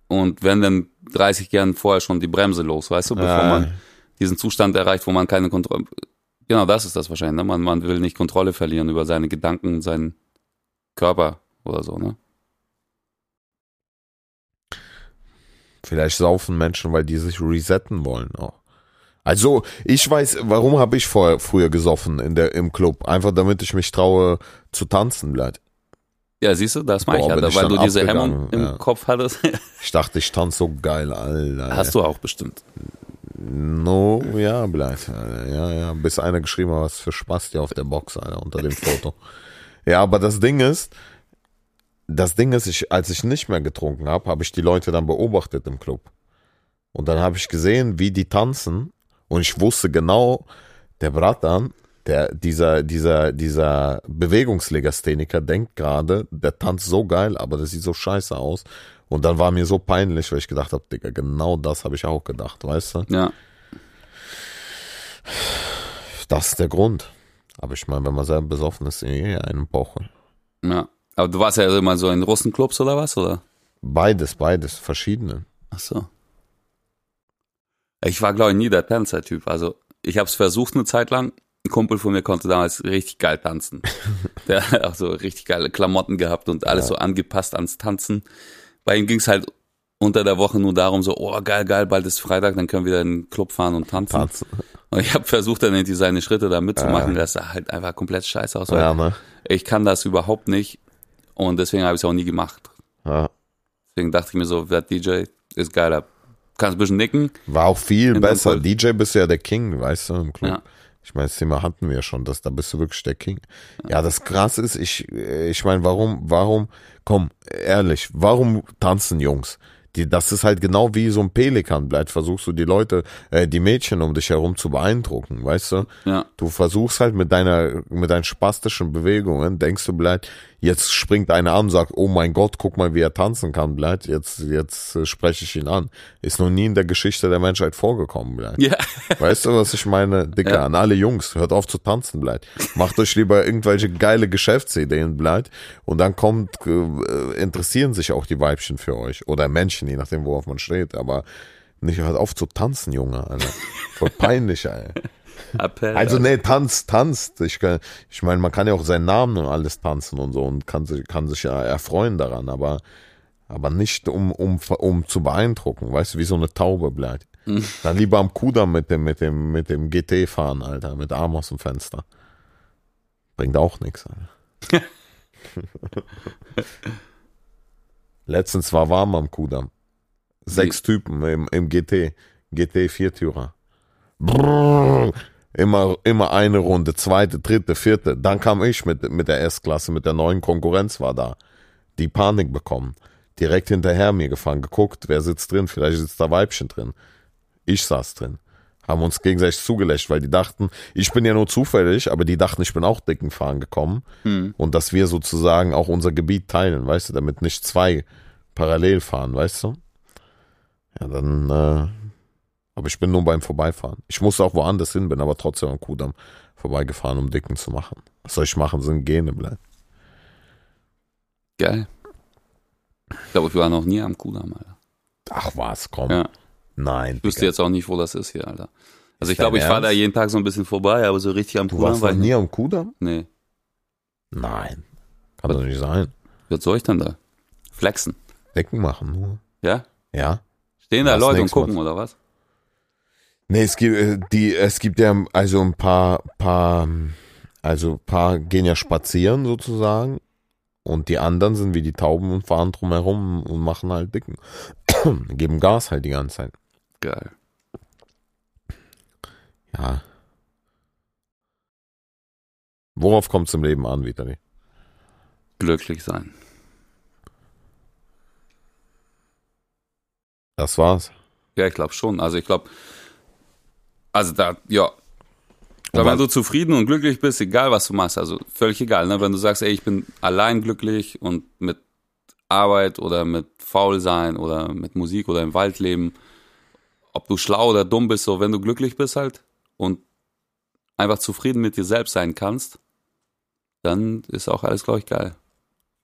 [SPEAKER 2] und wenn dann 30 Jahren vorher schon die Bremse los, weißt du, bevor
[SPEAKER 1] Ah, Ja.
[SPEAKER 2] man diesen Zustand erreicht, wo man keine Kontrolle. Genau, das ist das wahrscheinlich. Ne? Man, man will nicht Kontrolle verlieren über seine Gedanken und seinen Körper oder so, ne?
[SPEAKER 1] Vielleicht saufen Menschen, weil die sich resetten wollen auch. Also, ich weiß, warum habe ich vorher, früher gesoffen in der, im Club? Einfach damit ich mich traue zu tanzen bleibt.
[SPEAKER 2] Ja, siehst du, das meine ich
[SPEAKER 1] Boah,
[SPEAKER 2] ja,
[SPEAKER 1] bin
[SPEAKER 2] da-
[SPEAKER 1] ich
[SPEAKER 2] weil
[SPEAKER 1] dann
[SPEAKER 2] du diese
[SPEAKER 1] abgegangen,
[SPEAKER 2] Hemmung im
[SPEAKER 1] ja.
[SPEAKER 2] Kopf hattest.
[SPEAKER 1] Ich dachte, ich tanze so geil, Alter.
[SPEAKER 2] Hast du auch bestimmt.
[SPEAKER 1] No, ja, bleibt. Alter. Ja, ja. Bis einer geschrieben hat, was für Spaß die auf der Box, Alter, unter dem Foto. Ja, aber das Ding ist, das Ding ist, ich, als ich nicht mehr getrunken habe, habe ich die Leute dann beobachtet im Club. Und dann habe ich gesehen, wie die tanzen. Und ich wusste genau, der Bratan, der, dieser, dieser, dieser Bewegungslegastheniker denkt gerade, der tanzt so geil, aber das sieht so scheiße aus. Und dann war mir so peinlich, weil ich gedacht habe, Digga, genau das habe ich auch gedacht, weißt du?
[SPEAKER 2] Ja.
[SPEAKER 1] Das ist der Grund. Aber ich meine, wenn man selber besoffen ist, eh einen Pochen.
[SPEAKER 2] Ja. Aber du warst ja immer so in Russenclubs oder was, oder?
[SPEAKER 1] Beides, beides, verschiedene.
[SPEAKER 2] Ach so. Ich war, glaube ich, nie der Tänzer-Typ. Also, ich habe es versucht eine Zeit lang. Ein Kumpel von mir konnte damals richtig geil tanzen. Der hat auch so richtig geile Klamotten gehabt und alles so angepasst ans Tanzen. Bei ihm ging es halt unter der Woche nur darum, so, oh, geil, geil, bald ist Freitag, dann können wir in den Club fahren und tanzen.
[SPEAKER 1] Tanzen.
[SPEAKER 2] Und ich habe versucht, dann irgendwie seine Schritte da mitzumachen. Das sah halt einfach komplett scheiße aus. weil
[SPEAKER 1] Ja, ne?
[SPEAKER 2] ich kann das überhaupt nicht und deswegen habe ich es auch nie gemacht.
[SPEAKER 1] Ja.
[SPEAKER 2] Deswegen dachte ich mir so, der DJ ist geiler. Kannst ein bisschen nicken.
[SPEAKER 1] War auch viel
[SPEAKER 2] In
[SPEAKER 1] besser.
[SPEAKER 2] Frankfurt.
[SPEAKER 1] DJ bist du ja der King, weißt du, im Club.
[SPEAKER 2] Ja.
[SPEAKER 1] Ich meine, das Thema hatten wir ja schon, dass da bist du wirklich der King. Ja, das krass ist, ich, äh, ich meine, warum, warum, komm, ehrlich, warum tanzen Jungs? Die, das ist halt genau wie so ein Pelikan bleibt. Versuchst du die Leute, äh, die Mädchen um dich herum zu beeindrucken, weißt du?
[SPEAKER 2] Ja.
[SPEAKER 1] Du versuchst halt mit deiner, mit deinen spastischen Bewegungen, denkst du, bleibt, jetzt springt einer an und sagt, oh mein Gott, guck mal, wie er tanzen kann, bleibt, jetzt, jetzt äh, spreche ich ihn an. Ist noch nie in der Geschichte der Menschheit vorgekommen, bleibt.
[SPEAKER 2] Ja.
[SPEAKER 1] Weißt du, was ich meine? Dicker, an alle Jungs, hört auf zu tanzen, bleibt. Macht euch lieber irgendwelche geile Geschäftsideen, bleibt. Und dann kommt, äh, interessieren sich auch die Weibchen für euch. Oder Menschen, je nachdem, worauf man steht. Aber nicht, hört auf zu tanzen, Junge, Alter. Voll peinlich, Alter.
[SPEAKER 2] Appell.
[SPEAKER 1] Also nee, tanzt, tanzt. Ich, kann- ich meine, man kann ja auch seinen Namen und alles tanzen und so und kann sich, kann sich ja erfreuen daran, aber, aber nicht um, um, um zu beeindrucken, weißt du, wie so eine Taube bleibt. Dann lieber am Kudamm mit dem, mit dem, mit dem GT fahren, Alter, mit Arm aus dem Fenster. Bringt auch nichts, Alter. Letztens war warm am Kudamm. Sechs Typen im, im GT, GT Viertürer. Brrr. Immer, immer eine Runde, zweite, dritte, vierte. Dann kam ich mit, mit der S-Klasse, mit der neuen Konkurrenz war da. Die Panik bekommen. Direkt hinterher mir gefahren, geguckt, wer sitzt drin, vielleicht sitzt da Weibchen drin. Ich saß drin. Haben uns gegenseitig zugelächelt, weil die dachten, ich bin ja nur zufällig, aber die dachten, ich bin auch dicken Fahren gekommen. Und dass wir sozusagen auch unser Gebiet teilen, weißt du, damit nicht zwei parallel fahren, weißt du? Ja, dann äh, aber ich bin nur beim Vorbeifahren. Ich musste auch woanders hin, bin aber trotzdem am Kudamm vorbeigefahren, um Dicken zu machen. Was soll ich machen? Sind Gene bleiben.
[SPEAKER 2] Geil. Ich glaube, ich war noch nie am Kudamm, Alter.
[SPEAKER 1] Ach was, komm.
[SPEAKER 2] Ja.
[SPEAKER 1] Nein.
[SPEAKER 2] Ich wüsste
[SPEAKER 1] Digga.
[SPEAKER 2] jetzt auch nicht, wo das ist hier, Alter. Also ich
[SPEAKER 1] dein
[SPEAKER 2] glaube, ich fahre da
[SPEAKER 1] Ernst?
[SPEAKER 2] jeden Tag so ein bisschen vorbei, aber so richtig am
[SPEAKER 1] du
[SPEAKER 2] Kudamm
[SPEAKER 1] warst noch
[SPEAKER 2] war ich
[SPEAKER 1] nie am Kudamm?
[SPEAKER 2] Nee.
[SPEAKER 1] Nein. Kann doch nicht sein.
[SPEAKER 2] Was soll ich denn da? Flexen.
[SPEAKER 1] Dicken machen nur.
[SPEAKER 2] Ja?
[SPEAKER 1] Ja.
[SPEAKER 2] Stehen da
[SPEAKER 1] Das
[SPEAKER 2] Leute und
[SPEAKER 1] nächste Mal.
[SPEAKER 2] gucken, oder was?
[SPEAKER 1] Nee, es gibt äh, die, es gibt ja also ein paar, paar, ähm, also paar gehen ja spazieren sozusagen und die anderen sind wie die Tauben und fahren drumherum und machen halt Dicken. Geben Gas halt die ganze Zeit.
[SPEAKER 2] Geil.
[SPEAKER 1] Ja. Worauf kommt es im Leben an, Vitali?
[SPEAKER 2] Glücklich sein.
[SPEAKER 1] Das war's.
[SPEAKER 2] Ja, ich glaube schon. Also ich glaube, also da, ja. Aber wenn
[SPEAKER 1] was-
[SPEAKER 2] du zufrieden und glücklich bist, egal was du machst, also völlig egal, ne? wenn du sagst, ey, ich bin allein glücklich und mit Arbeit oder mit Faulsein oder mit Musik oder im Wald leben, ob du schlau oder dumm bist, so wenn du glücklich bist halt und einfach zufrieden mit dir selbst sein kannst, dann ist auch alles, glaube ich, geil.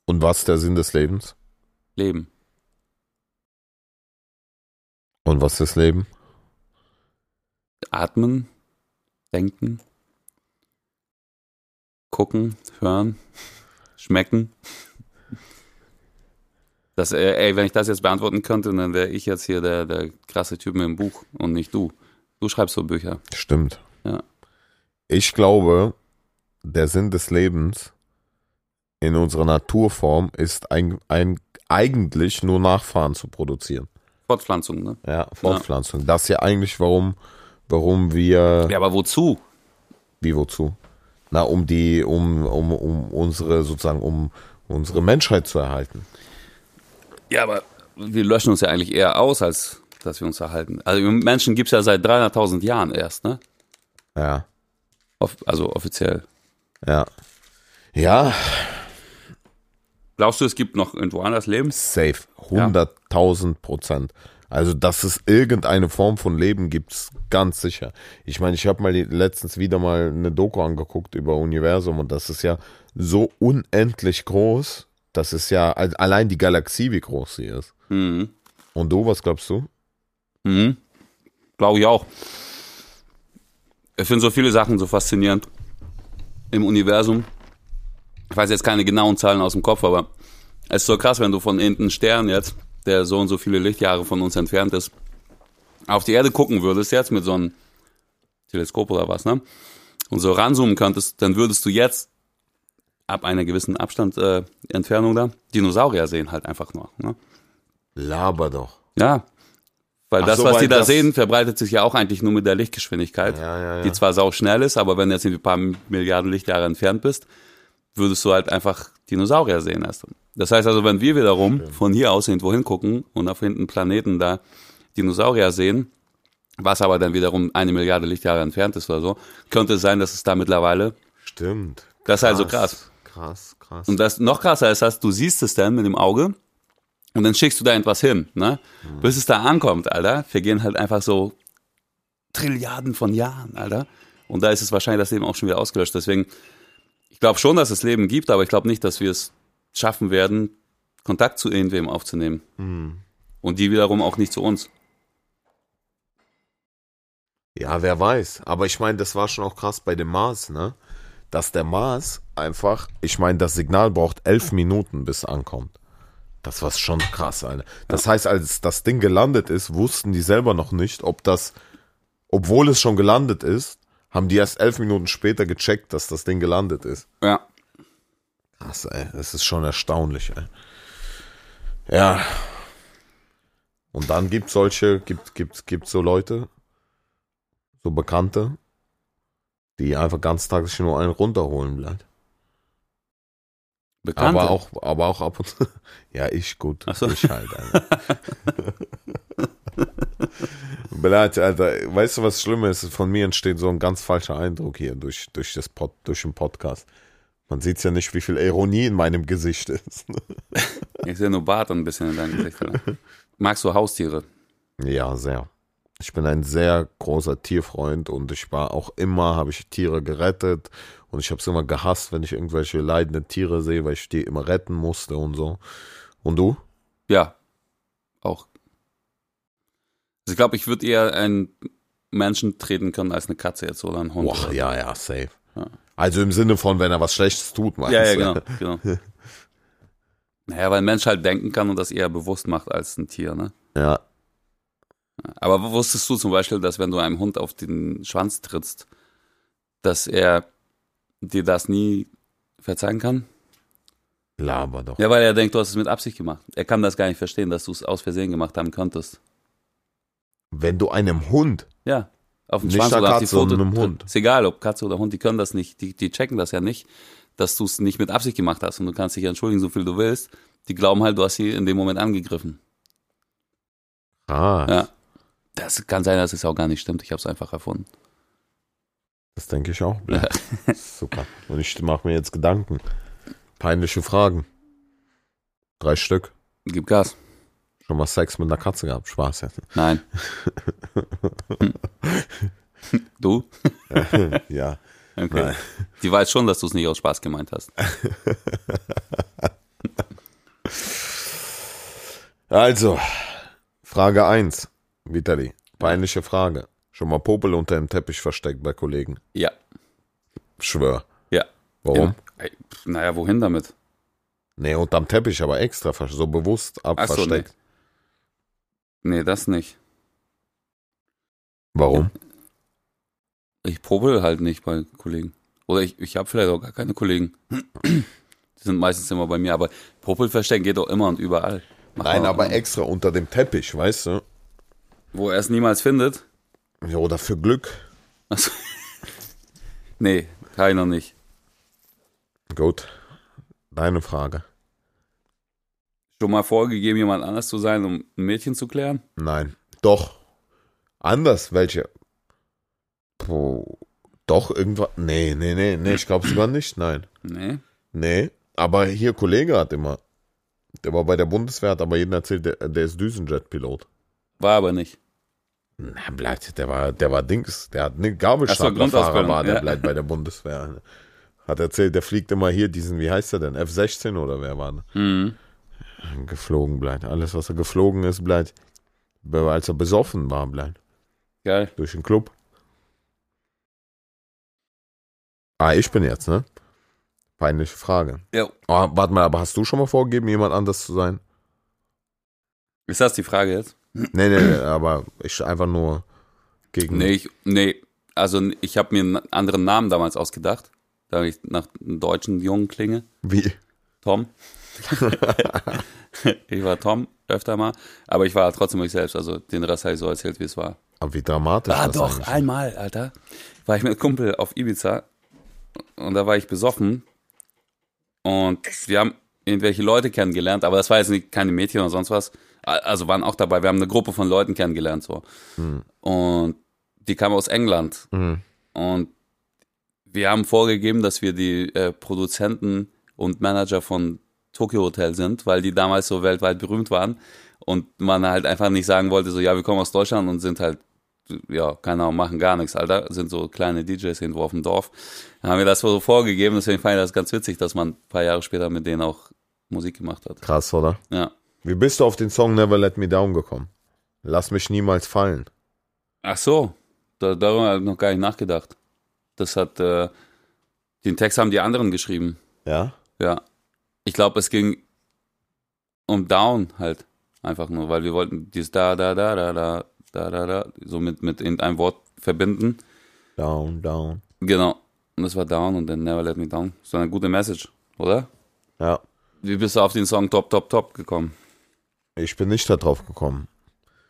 [SPEAKER 1] Und was ist der Sinn des Lebens?
[SPEAKER 2] Leben.
[SPEAKER 1] Und was ist Leben?
[SPEAKER 2] Atmen, denken, gucken, hören, schmecken. Das, äh, ey, wenn ich das jetzt beantworten könnte, dann wäre ich jetzt hier der, der krasse Typ mit dem Buch und nicht du. Du schreibst so Bücher.
[SPEAKER 1] Stimmt.
[SPEAKER 2] Ja.
[SPEAKER 1] Ich glaube, der Sinn des Lebens in unserer Naturform ist ein, ein, eigentlich nur Nachfahren zu produzieren.
[SPEAKER 2] Fortpflanzung, ne?
[SPEAKER 1] Ja, Fortpflanzung. Das ist ja eigentlich, warum, warum wir,
[SPEAKER 2] Ja, aber wozu?
[SPEAKER 1] wie wozu? Na, um die, um, um, um unsere, sozusagen, um unsere Menschheit zu erhalten.
[SPEAKER 2] Ja, aber wir löschen uns ja eigentlich eher aus, als dass wir uns erhalten. Also Menschen gibt's ja seit 300.000 Jahren erst, ne?
[SPEAKER 1] Ja,
[SPEAKER 2] Off also offiziell.
[SPEAKER 1] ja. Ja,
[SPEAKER 2] Glaubst du, es gibt noch irgendwo anders Leben?
[SPEAKER 1] safe. 100.000 Prozent. Also, dass es irgendeine Form von Leben gibt, ist ganz sicher. Ich meine, ich habe mal die- letztens wieder mal eine Doku angeguckt über Universum und das ist ja so unendlich groß. Das ist ja al- allein die Galaxie, wie groß sie ist.
[SPEAKER 2] Mhm.
[SPEAKER 1] Und du, was glaubst du?
[SPEAKER 2] Mhm. Glaube ich auch. Ich finde so viele Sachen so faszinierend im Universum. Ich weiß jetzt keine genauen Zahlen aus dem Kopf, aber es ist so krass, wenn du von irgendeinem Stern jetzt, der so und so viele Lichtjahre von uns entfernt ist, auf die Erde gucken würdest jetzt mit so einem Teleskop oder was, ne? Und so ranzoomen könntest, dann würdest du jetzt ab einer gewissen Abstand äh, Entfernung da Dinosaurier sehen halt einfach nur, ne?
[SPEAKER 1] Laber doch.
[SPEAKER 2] Ja. Weil
[SPEAKER 1] Ach
[SPEAKER 2] das,
[SPEAKER 1] so,
[SPEAKER 2] was
[SPEAKER 1] weil
[SPEAKER 2] die da
[SPEAKER 1] das-
[SPEAKER 2] sehen, verbreitet sich ja auch eigentlich nur mit der Lichtgeschwindigkeit,
[SPEAKER 1] Ja, ja, ja.
[SPEAKER 2] die zwar sau schnell ist, aber wenn du jetzt irgendwie ein paar Milliarden Lichtjahre entfernt bist, würdest du halt einfach Dinosaurier sehen erst. Das heißt also, wenn wir wiederum von hier aus irgendwo hingucken und auf hinten Planeten da Dinosaurier sehen, was aber dann wiederum eine Milliarde Lichtjahre entfernt ist oder so, könnte es sein, dass es da mittlerweile
[SPEAKER 1] Stimmt.
[SPEAKER 2] Das ist also Krass,
[SPEAKER 1] Krass, krass.
[SPEAKER 2] und das noch krasser ist, dass du siehst es dann mit dem Auge und dann schickst du da etwas hin, ne?
[SPEAKER 1] Mhm.
[SPEAKER 2] Bis es da ankommt, Alter, vergehen halt einfach so Trilliarden von Jahren, Alter. Und da ist es wahrscheinlich das Leben auch schon wieder ausgelöscht. Deswegen, ich glaube schon, dass es Leben gibt, aber ich glaube nicht, dass wir es schaffen werden, Kontakt zu irgendwem aufzunehmen.
[SPEAKER 1] Mhm.
[SPEAKER 2] Und die wiederum auch nicht zu uns.
[SPEAKER 1] Ja, wer weiß. Aber ich meine, das war schon auch krass bei dem Mars, ne? Dass der Mars einfach, ich meine, das Signal braucht elf Minuten, bis es ankommt. Das war schon krass, Alter. Das heißt, als das Ding gelandet ist, wussten die selber noch nicht, ob das, obwohl es schon gelandet ist, haben die erst elf Minuten später gecheckt, dass das Ding gelandet ist.
[SPEAKER 2] Ja.
[SPEAKER 1] Krass, ey. Das ist schon erstaunlich, ey. Ja. Und dann gibt solche, gibt, gibt, gibt so Leute, so Bekannte, die einfach ganztags sich nur einen runterholen bleiben.
[SPEAKER 2] Bekannte.
[SPEAKER 1] Aber auch, aber auch ab und zu. Ja, ich gut.
[SPEAKER 2] Ach so.
[SPEAKER 1] Ich halt, Alter. Blatt, halt, Alter, weißt du, was schlimm ist? Von mir entsteht so ein ganz falscher Eindruck hier durch, durch, das Pod, durch den Podcast. Man sieht ja nicht, wie viel Ironie in meinem Gesicht ist.
[SPEAKER 2] Ich sehe nur Bart ein bisschen in deinem Gesicht. Alter. Magst du Haustiere?
[SPEAKER 1] Ja, sehr. Ich bin ein sehr großer Tierfreund und ich war auch immer, habe ich Tiere gerettet und ich habe es immer gehasst, wenn ich irgendwelche leidende Tiere sehe, weil ich die immer retten musste und so. Und du?
[SPEAKER 2] Ja, auch. Also ich glaube, ich würde eher einen Menschen treten können als eine Katze jetzt oder einen Hund.
[SPEAKER 1] Boah,
[SPEAKER 2] oder
[SPEAKER 1] ja, ja, safe.
[SPEAKER 2] Ja.
[SPEAKER 1] Also im Sinne von, wenn er was Schlechtes tut,
[SPEAKER 2] so.
[SPEAKER 1] meinst
[SPEAKER 2] ja, ja,
[SPEAKER 1] du?
[SPEAKER 2] genau. genau. Naja, weil ein Mensch halt denken kann und das eher bewusst macht als ein Tier, ne?
[SPEAKER 1] Ja,
[SPEAKER 2] Aber wusstest du zum Beispiel, dass wenn du einem Hund auf den Schwanz trittst, dass er dir das nie verzeihen kann?
[SPEAKER 1] laber doch.
[SPEAKER 2] Ja, weil er denkt, du hast es mit Absicht gemacht. Er kann das gar nicht verstehen, dass du es aus Versehen gemacht haben könntest.
[SPEAKER 1] Wenn du einem Hund,
[SPEAKER 2] Ja, auf dem
[SPEAKER 1] Nicht
[SPEAKER 2] Schwanz
[SPEAKER 1] der
[SPEAKER 2] oder auf die
[SPEAKER 1] Katze, sondern
[SPEAKER 2] Pfote.
[SPEAKER 1] einem Hund.
[SPEAKER 2] Ist egal, ob Katze oder Hund, die können das nicht, die, die checken das ja nicht, dass du es nicht mit Absicht gemacht hast und du kannst dich entschuldigen, so viel du willst. Die glauben halt, du hast sie in dem Moment angegriffen.
[SPEAKER 1] ah,
[SPEAKER 2] Ja. Das kann sein, dass es auch gar nicht stimmt. Ich habe es einfach erfunden.
[SPEAKER 1] das denke ich auch. Blatt. Super. Und ich mache mir jetzt Gedanken. Peinliche Fragen. Drei Stück.
[SPEAKER 2] Gib Gas.
[SPEAKER 1] Schon mal Sex mit einer Katze gehabt. Spaß jetzt.
[SPEAKER 2] Nein. Hm. Du?
[SPEAKER 1] ja.
[SPEAKER 2] Okay.
[SPEAKER 1] Nein.
[SPEAKER 2] Die weiß schon, dass du es nicht aus Spaß gemeint hast.
[SPEAKER 1] Also, Frage 1. Vitali, peinliche Frage. Schon mal Popel unter dem Teppich versteckt bei Kollegen.
[SPEAKER 2] Ja.
[SPEAKER 1] Schwör.
[SPEAKER 2] Ja.
[SPEAKER 1] Warum?
[SPEAKER 2] Ja. Ey, pf, Naja, wohin damit?
[SPEAKER 1] Nee, unterm Teppich, aber extra, versch- so bewusst
[SPEAKER 2] Ach so,
[SPEAKER 1] abversteckt.
[SPEAKER 2] Nee, das nicht.
[SPEAKER 1] Warum?
[SPEAKER 2] Ich probe halt nicht bei Kollegen. Oder ich, ich habe vielleicht auch gar keine Kollegen. Die sind meistens immer bei mir, aber Popel verstecken geht auch immer und überall. Macht
[SPEAKER 1] Nein,
[SPEAKER 2] man-
[SPEAKER 1] aber extra unter dem Teppich, weißt du?
[SPEAKER 2] Wo er es niemals findet.
[SPEAKER 1] Ja, Oder für Glück.
[SPEAKER 2] Achso. Nee, keiner nicht.
[SPEAKER 1] Gut. Deine Frage.
[SPEAKER 2] Schon mal vorgegeben, jemand anders zu sein, um ein Mädchen zu klären?
[SPEAKER 1] Nein. Doch. Anders, welche? Puh. Doch, irgendwas. Nee, nee, nee, nee, ich glaube sogar nicht. Nein.
[SPEAKER 2] Nee.
[SPEAKER 1] Nee, aber hier Kollege hat immer. Der war bei der Bundeswehr, hat aber jeden erzählt, der, der ist Düsenjet-Pilot.
[SPEAKER 2] War aber nicht.
[SPEAKER 1] Na, bleibt, der war, der war Dings, der hat eine
[SPEAKER 2] Ach so,
[SPEAKER 1] Gabelstaplerfahrer
[SPEAKER 2] Grundausbildung,
[SPEAKER 1] war, der
[SPEAKER 2] ja.
[SPEAKER 1] bleibt bei der Bundeswehr. Hat erzählt, der fliegt immer hier diesen, wie heißt der denn, F-16 oder wer war das? Geflogen bleibt, alles was er geflogen ist, bleibt, als er besoffen war, bleibt,
[SPEAKER 2] Geil.
[SPEAKER 1] durch den Club. Ah, ich bin jetzt, ne? Peinliche Frage.
[SPEAKER 2] Ja.
[SPEAKER 1] Oh, warte mal, aber hast du schon mal vorgegeben, jemand anders zu sein?
[SPEAKER 2] Ist das die Frage jetzt?
[SPEAKER 1] Nee, nee, nee, aber ich einfach nur gegen.
[SPEAKER 2] Nee, ich, nee. also ich habe mir einen anderen Namen damals ausgedacht, da ich nach einem deutschen Jungen klinge.
[SPEAKER 1] Wie?
[SPEAKER 2] Tom. ich war Tom öfter mal, aber ich war trotzdem ich selbst. Also den Rest habe ich so erzählt, wie es war.
[SPEAKER 1] Aber wie dramatisch.
[SPEAKER 2] Ah,
[SPEAKER 1] das
[SPEAKER 2] doch,
[SPEAKER 1] eigentlich ist.
[SPEAKER 2] einmal, Alter. War ich mit einem Kumpel auf Ibiza und da war ich besoffen und wir haben irgendwelche Leute kennengelernt, aber das war jetzt nicht, keine Mädchen oder sonst was. A- Also waren auch dabei. Wir haben eine Gruppe von Leuten kennengelernt, so. Und die kamen aus England.
[SPEAKER 1] Mhm,
[SPEAKER 2] Und wir haben vorgegeben, dass wir die äh, Produzenten und Manager von Tokyo Hotel sind, weil die damals so weltweit berühmt waren und man halt einfach nicht sagen wollte, so, ja, wir kommen aus Deutschland und sind halt ja, keine Ahnung, machen gar nichts, Alter. Sind so kleine DJs irgendwo auf dem Dorf. Dann haben wir das so vorgegeben, deswegen fand ich das ganz witzig, dass man ein paar Jahre später mit denen auch Musik gemacht hat.
[SPEAKER 1] Krass, oder?
[SPEAKER 2] Ja.
[SPEAKER 1] Wie bist du auf den Song Never Let Me Down gekommen? Lass mich niemals fallen.
[SPEAKER 2] Ach so, da, darüber habe ich noch gar nicht nachgedacht. Das hat, äh, den Text haben die anderen geschrieben.
[SPEAKER 1] Ja?
[SPEAKER 2] Ja. Ich glaube, es ging um Down halt. Einfach nur, weil wir wollten dieses da, da, da, da, da, da, da, da, so mit, mit irgendeinem Wort verbinden.
[SPEAKER 1] Down, down.
[SPEAKER 2] Genau. Und das war Down und dann Never Let Me Down. So eine gute Message, oder?
[SPEAKER 1] Ja.
[SPEAKER 2] Wie bist du auf den Song Top, Top, Top gekommen?
[SPEAKER 1] Ich bin nicht da drauf gekommen.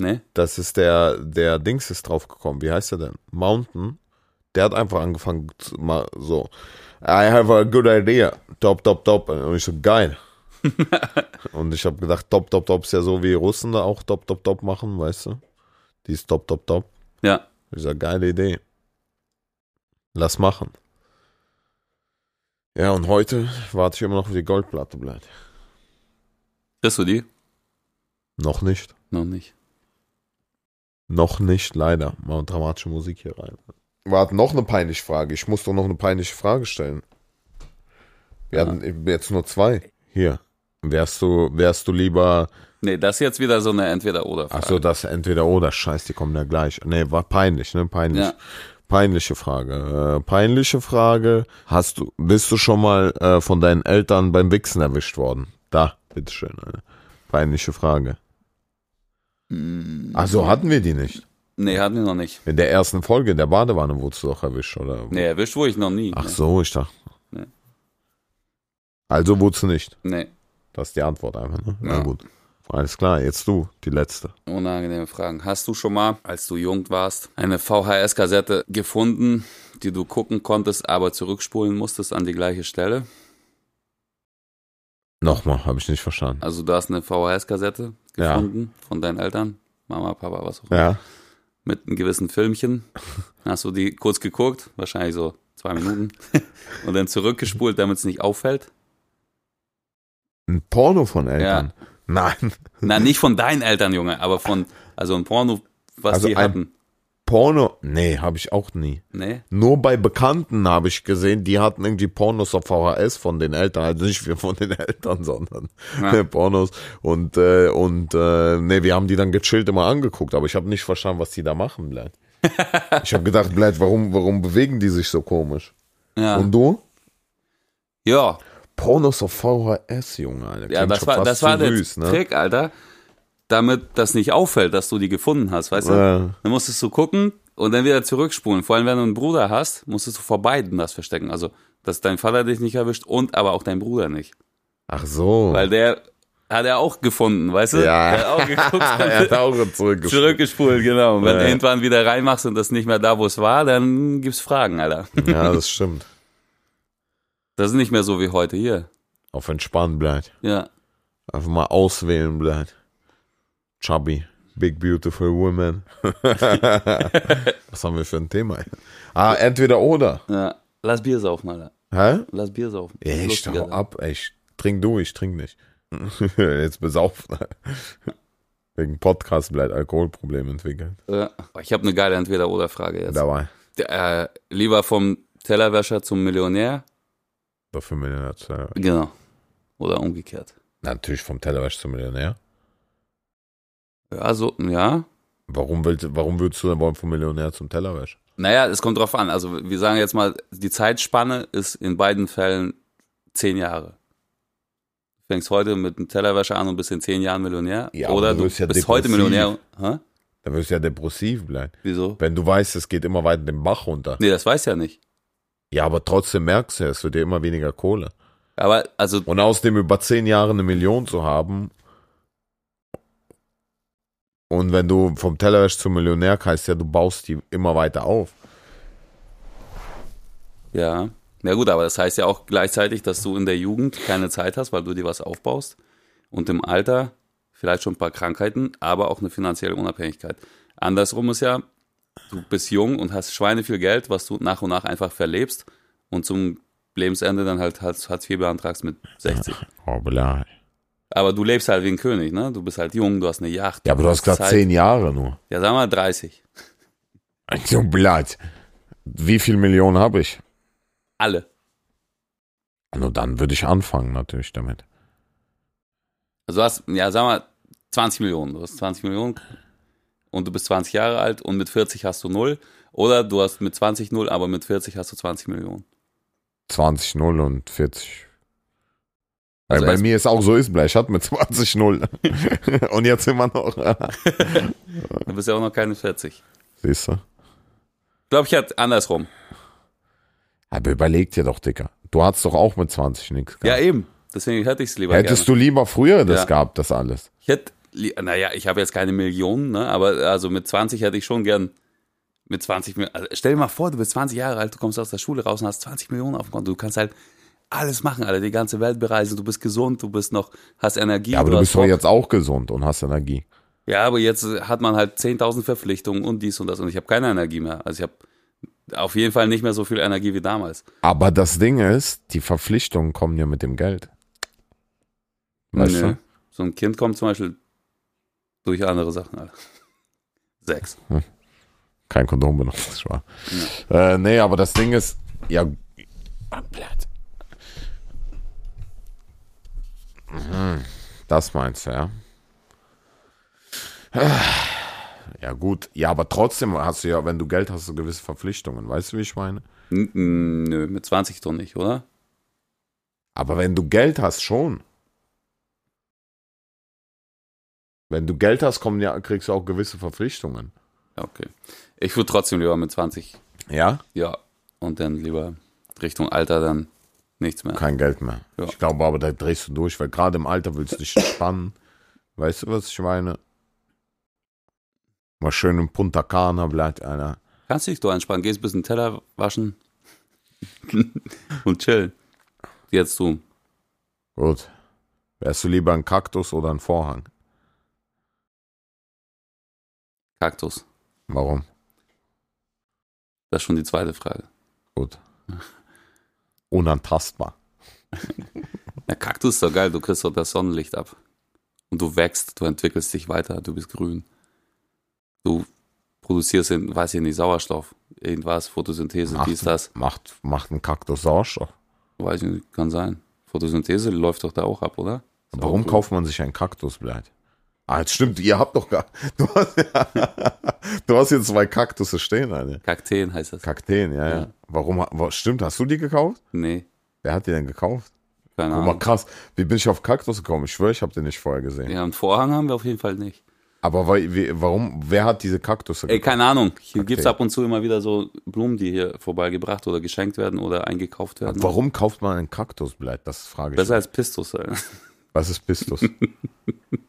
[SPEAKER 2] Ne?
[SPEAKER 1] Das ist der, der Dings ist drauf gekommen. Wie heißt der denn? Mountain. Der hat einfach angefangen, zu, mal so. I have a good idea. Top, top, top. Und ich so, geil. Und ich habe gedacht, top, top, top ist ja so, wie Russen da auch top, top, top machen, weißt du? Die ist top, top, top.
[SPEAKER 2] Ja.
[SPEAKER 1] Ich sag, geile Idee. Lass machen. Ja, und heute warte ich immer noch auf die Goldplatte bleibt.
[SPEAKER 2] Bist du die?
[SPEAKER 1] Noch nicht.
[SPEAKER 2] Noch nicht.
[SPEAKER 1] Noch nicht, leider. Mal dramatische Musik hier rein. Warte, noch eine peinliche Frage. Ich muss doch noch eine peinliche Frage stellen. Wir
[SPEAKER 2] Ja.
[SPEAKER 1] hatten jetzt nur zwei. Hier. Wärst du, wärst du lieber.
[SPEAKER 2] Nee, das ist jetzt wieder so eine Entweder-Oder-Frage.
[SPEAKER 1] Achso, das entweder oder. Scheiß, die kommen ja gleich. Nee, war peinlich, ne? Peinlich.
[SPEAKER 2] Ja.
[SPEAKER 1] Peinliche Frage. Äh, peinliche Frage. Hast du, bist du schon mal äh, von deinen Eltern beim Wichsen erwischt worden? Da, bitteschön. Alter. Peinliche Frage. Also hatten wir die nicht.
[SPEAKER 2] Nee, hatten wir noch nicht.
[SPEAKER 1] In der ersten Folge in der Badewanne wurdest du doch erwischt, oder?
[SPEAKER 2] Nee, erwischt wurde ich noch nie.
[SPEAKER 1] Ach so, ich dachte.
[SPEAKER 2] Nee.
[SPEAKER 1] Also wurdest du nicht.
[SPEAKER 2] Nee,
[SPEAKER 1] Das ist die Antwort einfach, ne? Na
[SPEAKER 2] Ja.
[SPEAKER 1] gut. Alles klar, jetzt du, die letzte.
[SPEAKER 2] unangenehme Fragen. Hast du schon mal, als du jung warst, eine VHS-Kassette gefunden, die du gucken konntest, aber zurückspulen musstest an die gleiche Stelle?
[SPEAKER 1] Nochmal, habe ich nicht verstanden.
[SPEAKER 2] Also du hast eine VHS-Kassette
[SPEAKER 1] Ja.
[SPEAKER 2] gefunden von deinen Eltern, Mama, Papa, was auch immer.
[SPEAKER 1] Ja.
[SPEAKER 2] mit einem gewissen Filmchen. Hast du die kurz geguckt, wahrscheinlich so zwei Minuten, und dann zurückgespult, damit es nicht auffällt.
[SPEAKER 1] Ein Porno von Eltern? Nein.
[SPEAKER 2] Na, nicht von deinen Eltern, Junge, aber von, also ein Porno, was
[SPEAKER 1] Also
[SPEAKER 2] die
[SPEAKER 1] ein-
[SPEAKER 2] hatten.
[SPEAKER 1] Porno, nee, habe ich auch nie.
[SPEAKER 2] Nee.
[SPEAKER 1] Nur bei Bekannten habe ich gesehen, die hatten irgendwie Pornos auf VHS von den Eltern, also nicht wir von den Eltern, sondern
[SPEAKER 2] Ja.
[SPEAKER 1] Pornos. Und äh, und äh, nee, wir haben die dann gechillt immer angeguckt, aber ich habe nicht verstanden, was die da machen, Blad. ich habe gedacht, Blad, warum warum bewegen die sich so komisch?
[SPEAKER 2] Ja.
[SPEAKER 1] Und du?
[SPEAKER 2] ja.
[SPEAKER 1] Pornos auf VHS, Junge, Alter.
[SPEAKER 2] Ja,
[SPEAKER 1] Klingt
[SPEAKER 2] das
[SPEAKER 1] schon
[SPEAKER 2] war,
[SPEAKER 1] fast
[SPEAKER 2] das
[SPEAKER 1] zu
[SPEAKER 2] war der
[SPEAKER 1] süß, ne?
[SPEAKER 2] Trick, Alter. Damit das nicht auffällt, dass du die gefunden hast, weißt du?
[SPEAKER 1] Ja.
[SPEAKER 2] Dann musstest du gucken und dann wieder zurückspulen. Vor allem, wenn du einen Bruder hast, musstest du vor beiden das verstecken. Also, dass dein Vater dich nicht erwischt und aber auch dein Bruder nicht.
[SPEAKER 1] Ach so.
[SPEAKER 2] Weil der hat er auch gefunden, weißt du?
[SPEAKER 1] Ja.
[SPEAKER 2] Der hat auch geguckt
[SPEAKER 1] er hat auch zurückgeschickt.
[SPEAKER 2] Zurückgespult, genau. Und wenn
[SPEAKER 1] Ja.
[SPEAKER 2] du irgendwann wieder reinmachst und das nicht mehr da, wo es war, dann gibt's Fragen, Alter.
[SPEAKER 1] Ja, das stimmt.
[SPEAKER 2] Das ist nicht mehr so wie heute hier.
[SPEAKER 1] Auf entspannen bleibt.
[SPEAKER 2] Ja.
[SPEAKER 1] Einfach mal auswählen bleibt. Chubby. Big Beautiful Woman. Was haben wir für ein Thema? Ah, entweder oder.
[SPEAKER 2] ja. Lass Bier saufen, Alter.
[SPEAKER 1] Hä? ne?
[SPEAKER 2] Lass Bier saufen.
[SPEAKER 1] Ey, ich
[SPEAKER 2] Lustiger
[SPEAKER 1] hau
[SPEAKER 2] dann.
[SPEAKER 1] ab, ey, ich trink du, ich trink nicht. Jetzt besaufen. Wegen Podcast bleibt Alkoholproblem entwickelt.
[SPEAKER 2] Ja. Äh, Ich habe eine geile Entweder-Oder-Frage jetzt.
[SPEAKER 1] Dabei.
[SPEAKER 2] Äh, lieber vom Tellerwäscher zum Millionär?
[SPEAKER 1] Dafür Millionär. zu-
[SPEAKER 2] Genau. Oder umgekehrt.
[SPEAKER 1] Natürlich vom Tellerwäsch zum Millionär.
[SPEAKER 2] Ja, so, ja.
[SPEAKER 1] Warum, willst, warum würdest du denn wollen vom Millionär zum Tellerwäsch?
[SPEAKER 2] Naja, es kommt drauf an. Also wir sagen jetzt mal, die Zeitspanne ist in beiden Fällen zehn Jahre. Du fängst heute mit einem Tellerwäscher an und bist in zehn Jahren Millionär.
[SPEAKER 1] Ja, aber
[SPEAKER 2] Oder
[SPEAKER 1] du
[SPEAKER 2] du bist,
[SPEAKER 1] wirst ja
[SPEAKER 2] heute
[SPEAKER 1] depressiv.
[SPEAKER 2] Millionär. Hä?
[SPEAKER 1] Da wirst du ja depressiv bleiben.
[SPEAKER 2] Wieso?
[SPEAKER 1] Wenn du weißt, es geht immer weiter den Bach runter.
[SPEAKER 2] Nee, das weiß ja nicht.
[SPEAKER 1] Ja, aber trotzdem merkst du, es wird dir immer weniger Kohle.
[SPEAKER 2] Aber also,
[SPEAKER 1] Und außerdem über zehn Jahre eine Million zu haben. Und wenn du vom Tellerwäsch zum Millionär heißt ja, du baust die immer weiter auf.
[SPEAKER 2] ja. Na gut, aber das heißt ja auch gleichzeitig, dass du in der Jugend keine Zeit hast, weil du dir was aufbaust. Und im Alter vielleicht schon ein paar Krankheiten, aber auch eine finanzielle Unabhängigkeit. Andersrum ist ja, du bist jung und hast Schweine viel Geld, was du nach und nach einfach verlebst und zum Lebensende dann halt Hartz Hartz IV beantragst mit 60.
[SPEAKER 1] Oh, bla.
[SPEAKER 2] Aber du lebst halt wie ein König, ne? Du bist halt jung, du hast eine Yacht.
[SPEAKER 1] Ja, aber du hast gerade
[SPEAKER 2] Zeit.
[SPEAKER 1] zehn Jahre nur.
[SPEAKER 2] Ja, sag mal 30.
[SPEAKER 1] So blatt. Wie viel Millionen habe ich?
[SPEAKER 2] Alle.
[SPEAKER 1] Nur dann würde ich anfangen natürlich damit.
[SPEAKER 2] Also du hast, ja, sag mal 20 Millionen. Du hast 20 Millionen und du bist 20 Jahre alt und mit 40 hast du null. Oder du hast mit 20 null, aber mit 40 hast du 20 Millionen.
[SPEAKER 1] 20, 0 und 40.
[SPEAKER 2] Also
[SPEAKER 1] Weil bei
[SPEAKER 2] erst-
[SPEAKER 1] mir ist auch so ist, ich hatte mit 20, 0. und jetzt immer noch.
[SPEAKER 2] Du bist ja auch noch keine 40.
[SPEAKER 1] Siehst du?
[SPEAKER 2] Ich glaube, ich hatte andersrum.
[SPEAKER 1] Aber überleg dir doch, Dicker. Du hattest doch auch mit 20 nichts
[SPEAKER 2] Ja,
[SPEAKER 1] gehabt.
[SPEAKER 2] eben. Deswegen hätte ich es lieber
[SPEAKER 1] Hättest
[SPEAKER 2] gerne.
[SPEAKER 1] du lieber früher das
[SPEAKER 2] Ja.
[SPEAKER 1] gehabt, das alles.
[SPEAKER 2] Ich hätte, li- naja, ich habe jetzt keine Millionen, ne? aber also mit 20 hätte ich schon gern mit 20 Millionen. Also stell dir mal vor, du bist 20 Jahre alt, du kommst aus der Schule raus und hast 20 Millionen auf dem Konto. Du kannst halt alles machen, Alter, die ganze Welt bereisen, du bist gesund, du bist noch, hast Energie.
[SPEAKER 1] Ja, aber du
[SPEAKER 2] hast
[SPEAKER 1] bist doch
[SPEAKER 2] Bock.
[SPEAKER 1] jetzt auch gesund und hast Energie.
[SPEAKER 2] Ja, aber jetzt hat man halt 10.000 Verpflichtungen und dies und das und ich habe keine Energie mehr. Also ich habe auf jeden Fall nicht mehr so viel Energie wie damals.
[SPEAKER 1] Aber das Ding ist, die Verpflichtungen kommen ja mit dem Geld. Weißt
[SPEAKER 2] Nö.
[SPEAKER 1] du?
[SPEAKER 2] So ein Kind kommt zum Beispiel durch andere Sachen, Alter. Sechs.
[SPEAKER 1] Kein Kondom benutzt, das war. Äh, nee, aber das Ding ist, ja. Ah, blöd. Mhm, Das meinst du, ja? Ah, Ja, gut. Ja, aber trotzdem hast du ja, wenn du Geld hast, so gewisse Verpflichtungen. Weißt du, wie ich meine?
[SPEAKER 2] N- n- Nö, mit 20 doch nicht, oder?
[SPEAKER 1] Aber wenn du Geld hast, schon. Wenn du Geld hast, kommen ja, kriegst du auch gewisse Verpflichtungen.
[SPEAKER 2] Ja, Okay. Ich würde trotzdem lieber mit 20,
[SPEAKER 1] Ja?
[SPEAKER 2] ja. Und dann lieber Richtung Alter dann nichts mehr.
[SPEAKER 1] Kein Geld mehr.
[SPEAKER 2] Ja.
[SPEAKER 1] Ich glaube aber, da drehst du durch, weil gerade im Alter willst du dich entspannen. Weißt du, was ich meine? Mal schön im Punta Cana bleibt einer.
[SPEAKER 2] Kannst du dich doch entspannen, gehst ein bisschen Teller waschen und chillen. Jetzt du.
[SPEAKER 1] Gut. Wärst du lieber ein Kaktus oder ein Vorhang?
[SPEAKER 2] Kaktus.
[SPEAKER 1] Warum?
[SPEAKER 2] Das ist schon die zweite Frage.
[SPEAKER 1] Gut. Unantastbar.
[SPEAKER 2] Na, Kaktus ist doch geil, du kriegst doch das Sonnenlicht ab. Und du wächst, du entwickelst dich weiter, du bist grün. Du produzierst, in, weiß ich nicht, Sauerstoff, irgendwas, Photosynthese, dies, das,
[SPEAKER 1] Macht, macht ein Kaktus Sauerstoff.
[SPEAKER 2] weiß ich nicht, kann sein. Photosynthese läuft doch da auch ab, oder? Ist
[SPEAKER 1] Warum
[SPEAKER 2] auch gut.
[SPEAKER 1] kauft man sich ein Kaktusblatt? Ah, jetzt stimmt, ihr habt doch gar. Du hast, du hast jetzt zwei Kaktusse stehen, eine.
[SPEAKER 2] Kakteen heißt das.
[SPEAKER 1] Kakteen, ja, ja.
[SPEAKER 2] Ja.
[SPEAKER 1] Warum, ha- wa- stimmt, hast du die gekauft?
[SPEAKER 2] nee,
[SPEAKER 1] Wer hat die denn gekauft?
[SPEAKER 2] keine
[SPEAKER 1] Guck mal,
[SPEAKER 2] Ahnung.
[SPEAKER 1] krass, wie bin ich auf Kaktus gekommen? Ich schwöre, ich habe den nicht vorher gesehen.
[SPEAKER 2] Ja, einen Vorhang haben wir auf jeden Fall nicht.
[SPEAKER 1] Aber weil, wie, warum, wer hat diese Kaktusse
[SPEAKER 2] Ey,
[SPEAKER 1] gekauft?
[SPEAKER 2] keine Ahnung. Hier gibt's ab und zu immer wieder so Blumen, die hier vorbeigebracht oder geschenkt werden oder eingekauft werden.
[SPEAKER 1] Warum kauft man ein Kaktusblatt? Das frage ich.
[SPEAKER 2] Besser
[SPEAKER 1] mich.
[SPEAKER 2] als Pistus. Alter.
[SPEAKER 1] Was ist Pistus?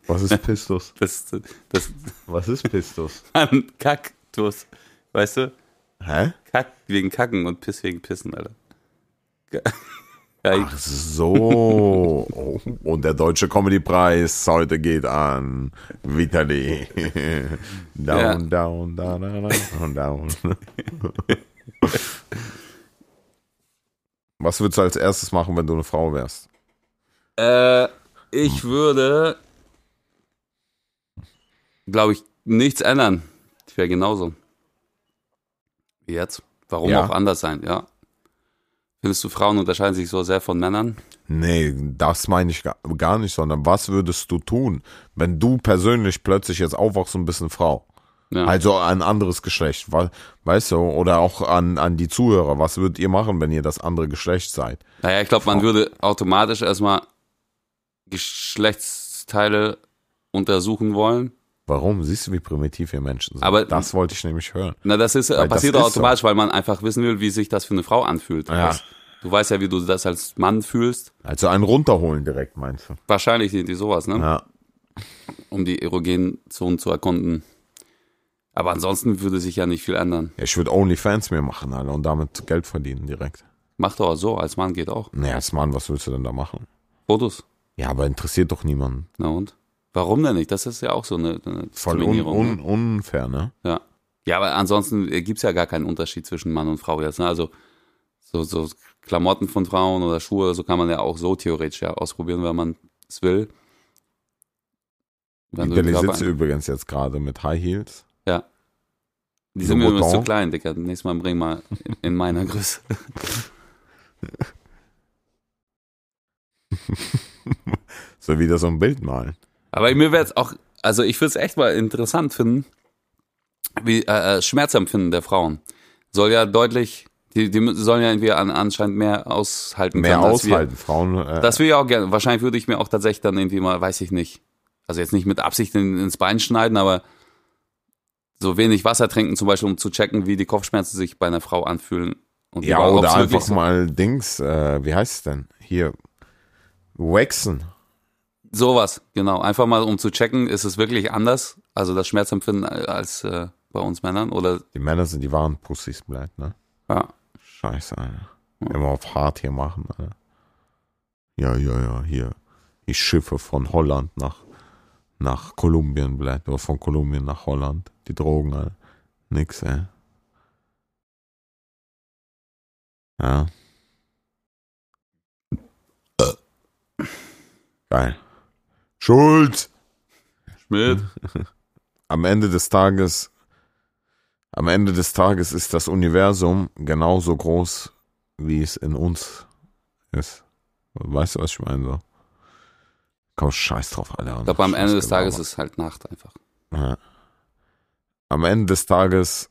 [SPEAKER 1] Was ist Pistus?
[SPEAKER 2] Das, das,
[SPEAKER 1] Was ist Pistus?
[SPEAKER 2] Mann, Kaktus. Weißt du?
[SPEAKER 1] Hä?
[SPEAKER 2] Kack wegen Kacken und Piss wegen Pissen, Alter. Ja, ich-
[SPEAKER 1] Ach so. Oh, Und der deutsche Comedy-Preis heute geht an Vitali. Down, down, down, down, down, down. Was würdest du als erstes machen, wenn du eine Frau wärst?
[SPEAKER 2] Äh, ich würde, glaube ich, nichts ändern. Ich wäre genauso. Wie jetzt? Warum
[SPEAKER 1] Ja.
[SPEAKER 2] auch anders sein, ja? Findest du, Frauen unterscheiden sich so sehr von Männern?
[SPEAKER 1] Nee, das meine ich ga- gar nicht, sondern was würdest du tun, wenn du persönlich plötzlich jetzt aufwachst und bist eine Frau?
[SPEAKER 2] Ja.
[SPEAKER 1] Also ein anderes Geschlecht, wa- weißt du, oder auch an, an die Zuhörer. Was würdet ihr machen, wenn ihr das andere Geschlecht seid?
[SPEAKER 2] Naja, ich glaube, man würde automatisch erstmal Geschlechtsteile untersuchen wollen.
[SPEAKER 1] Warum? Siehst du, wie primitiv wir Menschen sind?
[SPEAKER 2] Aber-
[SPEAKER 1] das wollte ich nämlich hören.
[SPEAKER 2] Na, das ist äh,
[SPEAKER 1] Weil das
[SPEAKER 2] passiert
[SPEAKER 1] ist
[SPEAKER 2] automatisch, weil man einfach wissen will, wie sich das für eine Frau anfühlt.
[SPEAKER 1] Ja.
[SPEAKER 2] Das- Du weißt ja, wie du das als Mann fühlst.
[SPEAKER 1] Also einen runterholen direkt, meinst du?
[SPEAKER 2] Wahrscheinlich sind die sowas, ne?
[SPEAKER 1] Ja.
[SPEAKER 2] um die erogenen Zonen zu erkunden. Aber ansonsten würde sich ja nicht viel ändern.
[SPEAKER 1] ja ich würde Onlyfans mir machen, Alter, und damit Geld verdienen direkt.
[SPEAKER 2] Mach doch so, als Mann geht auch.
[SPEAKER 1] Naja, als Mann, was willst du denn da machen?
[SPEAKER 2] Fotos.
[SPEAKER 1] Ja, aber interessiert doch niemanden.
[SPEAKER 2] Na und? Warum denn nicht? Das ist ja auch so eine, eine
[SPEAKER 1] Voll un,
[SPEAKER 2] Diskriminierung.
[SPEAKER 1] un,
[SPEAKER 2] ne?
[SPEAKER 1] unfair, ne?
[SPEAKER 2] ja. ja, aber ansonsten äh, gibt's ja gar keinen Unterschied zwischen Mann und Frau jetzt. Ne? Also so, so Klamotten von Frauen oder Schuhe, oder so kann man ja auch so theoretisch ja ausprobieren, wenn man es will. Wenn du den
[SPEAKER 1] Vitali
[SPEAKER 2] Körper-
[SPEAKER 1] sitzt übrigens jetzt gerade mit High Heels.
[SPEAKER 2] die sind mir übrigens zu
[SPEAKER 1] Louboutin.
[SPEAKER 2] klein, Dicker. Nächstes Mal bring mal in meiner Größe.
[SPEAKER 1] So wie das so ein Bild malen.
[SPEAKER 2] Aber mir wäre es auch, also ich würde es echt mal interessant finden, wie äh, äh, Schmerzempfinden der Frauen. Soll ja deutlich, die, die mü- sollen ja irgendwie an, anscheinend mehr aushalten
[SPEAKER 1] Mehr
[SPEAKER 2] können.
[SPEAKER 1] aushalten, Frauen. Äh,
[SPEAKER 2] Das will ich auch gerne. Wahrscheinlich würde ich mir auch tatsächlich dann irgendwie mal, weiß ich nicht, also jetzt nicht mit Absicht in, ins Bein schneiden, aber so wenig Wasser trinken zum Beispiel, um zu checken, wie die Kopfschmerzen sich bei einer Frau anfühlen. Und
[SPEAKER 1] ja,
[SPEAKER 2] überhaupt,
[SPEAKER 1] oder
[SPEAKER 2] ob's wirklich
[SPEAKER 1] einfach
[SPEAKER 2] so-
[SPEAKER 1] mal Dings, äh, wie heißt es denn? Hier, Waxen.
[SPEAKER 2] Sowas, genau. Einfach mal, um zu checken, ist es wirklich anders, also das Schmerzempfinden als äh, bei uns Männern oder
[SPEAKER 1] Die Männer sind die wahren Pussys, bleibt, ne?
[SPEAKER 2] Ja.
[SPEAKER 1] Scheiße, Alter. Immer auf hart hier machen, Alter. Ja, ja, ja, hier. Die Schiffe von Holland nach, nach Kolumbien, bleibt. Oder von Kolumbien nach Holland. Die Drogen, Alter. Nix, ey. Ja. Äh. Geil. Schuld!
[SPEAKER 2] Schmidt.
[SPEAKER 1] am Ende des Tages, am Ende des Tages ist das Universum genauso groß, wie es in uns ist. Weißt du, was ich meine? So. Komm, scheiß drauf, Alter.
[SPEAKER 2] Ich glaube, am Ende des Tages
[SPEAKER 1] genau
[SPEAKER 2] ist halt Nacht einfach.
[SPEAKER 1] Ja. Am Ende des Tages,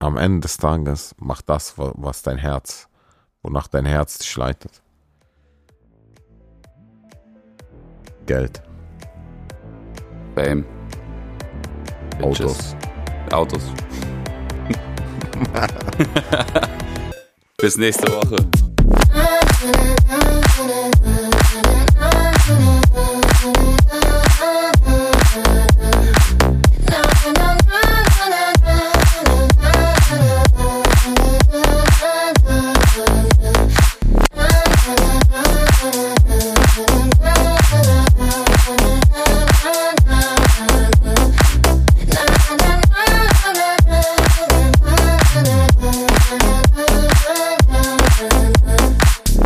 [SPEAKER 1] am Ende des Tages, mach das, wa- was dein Herz, wonach dein Herz dich leitet. Geld,
[SPEAKER 2] Bam. Bitches.
[SPEAKER 1] Autos.
[SPEAKER 2] Autos. Bis nächste Woche.
[SPEAKER 3] Ah, ah, ah.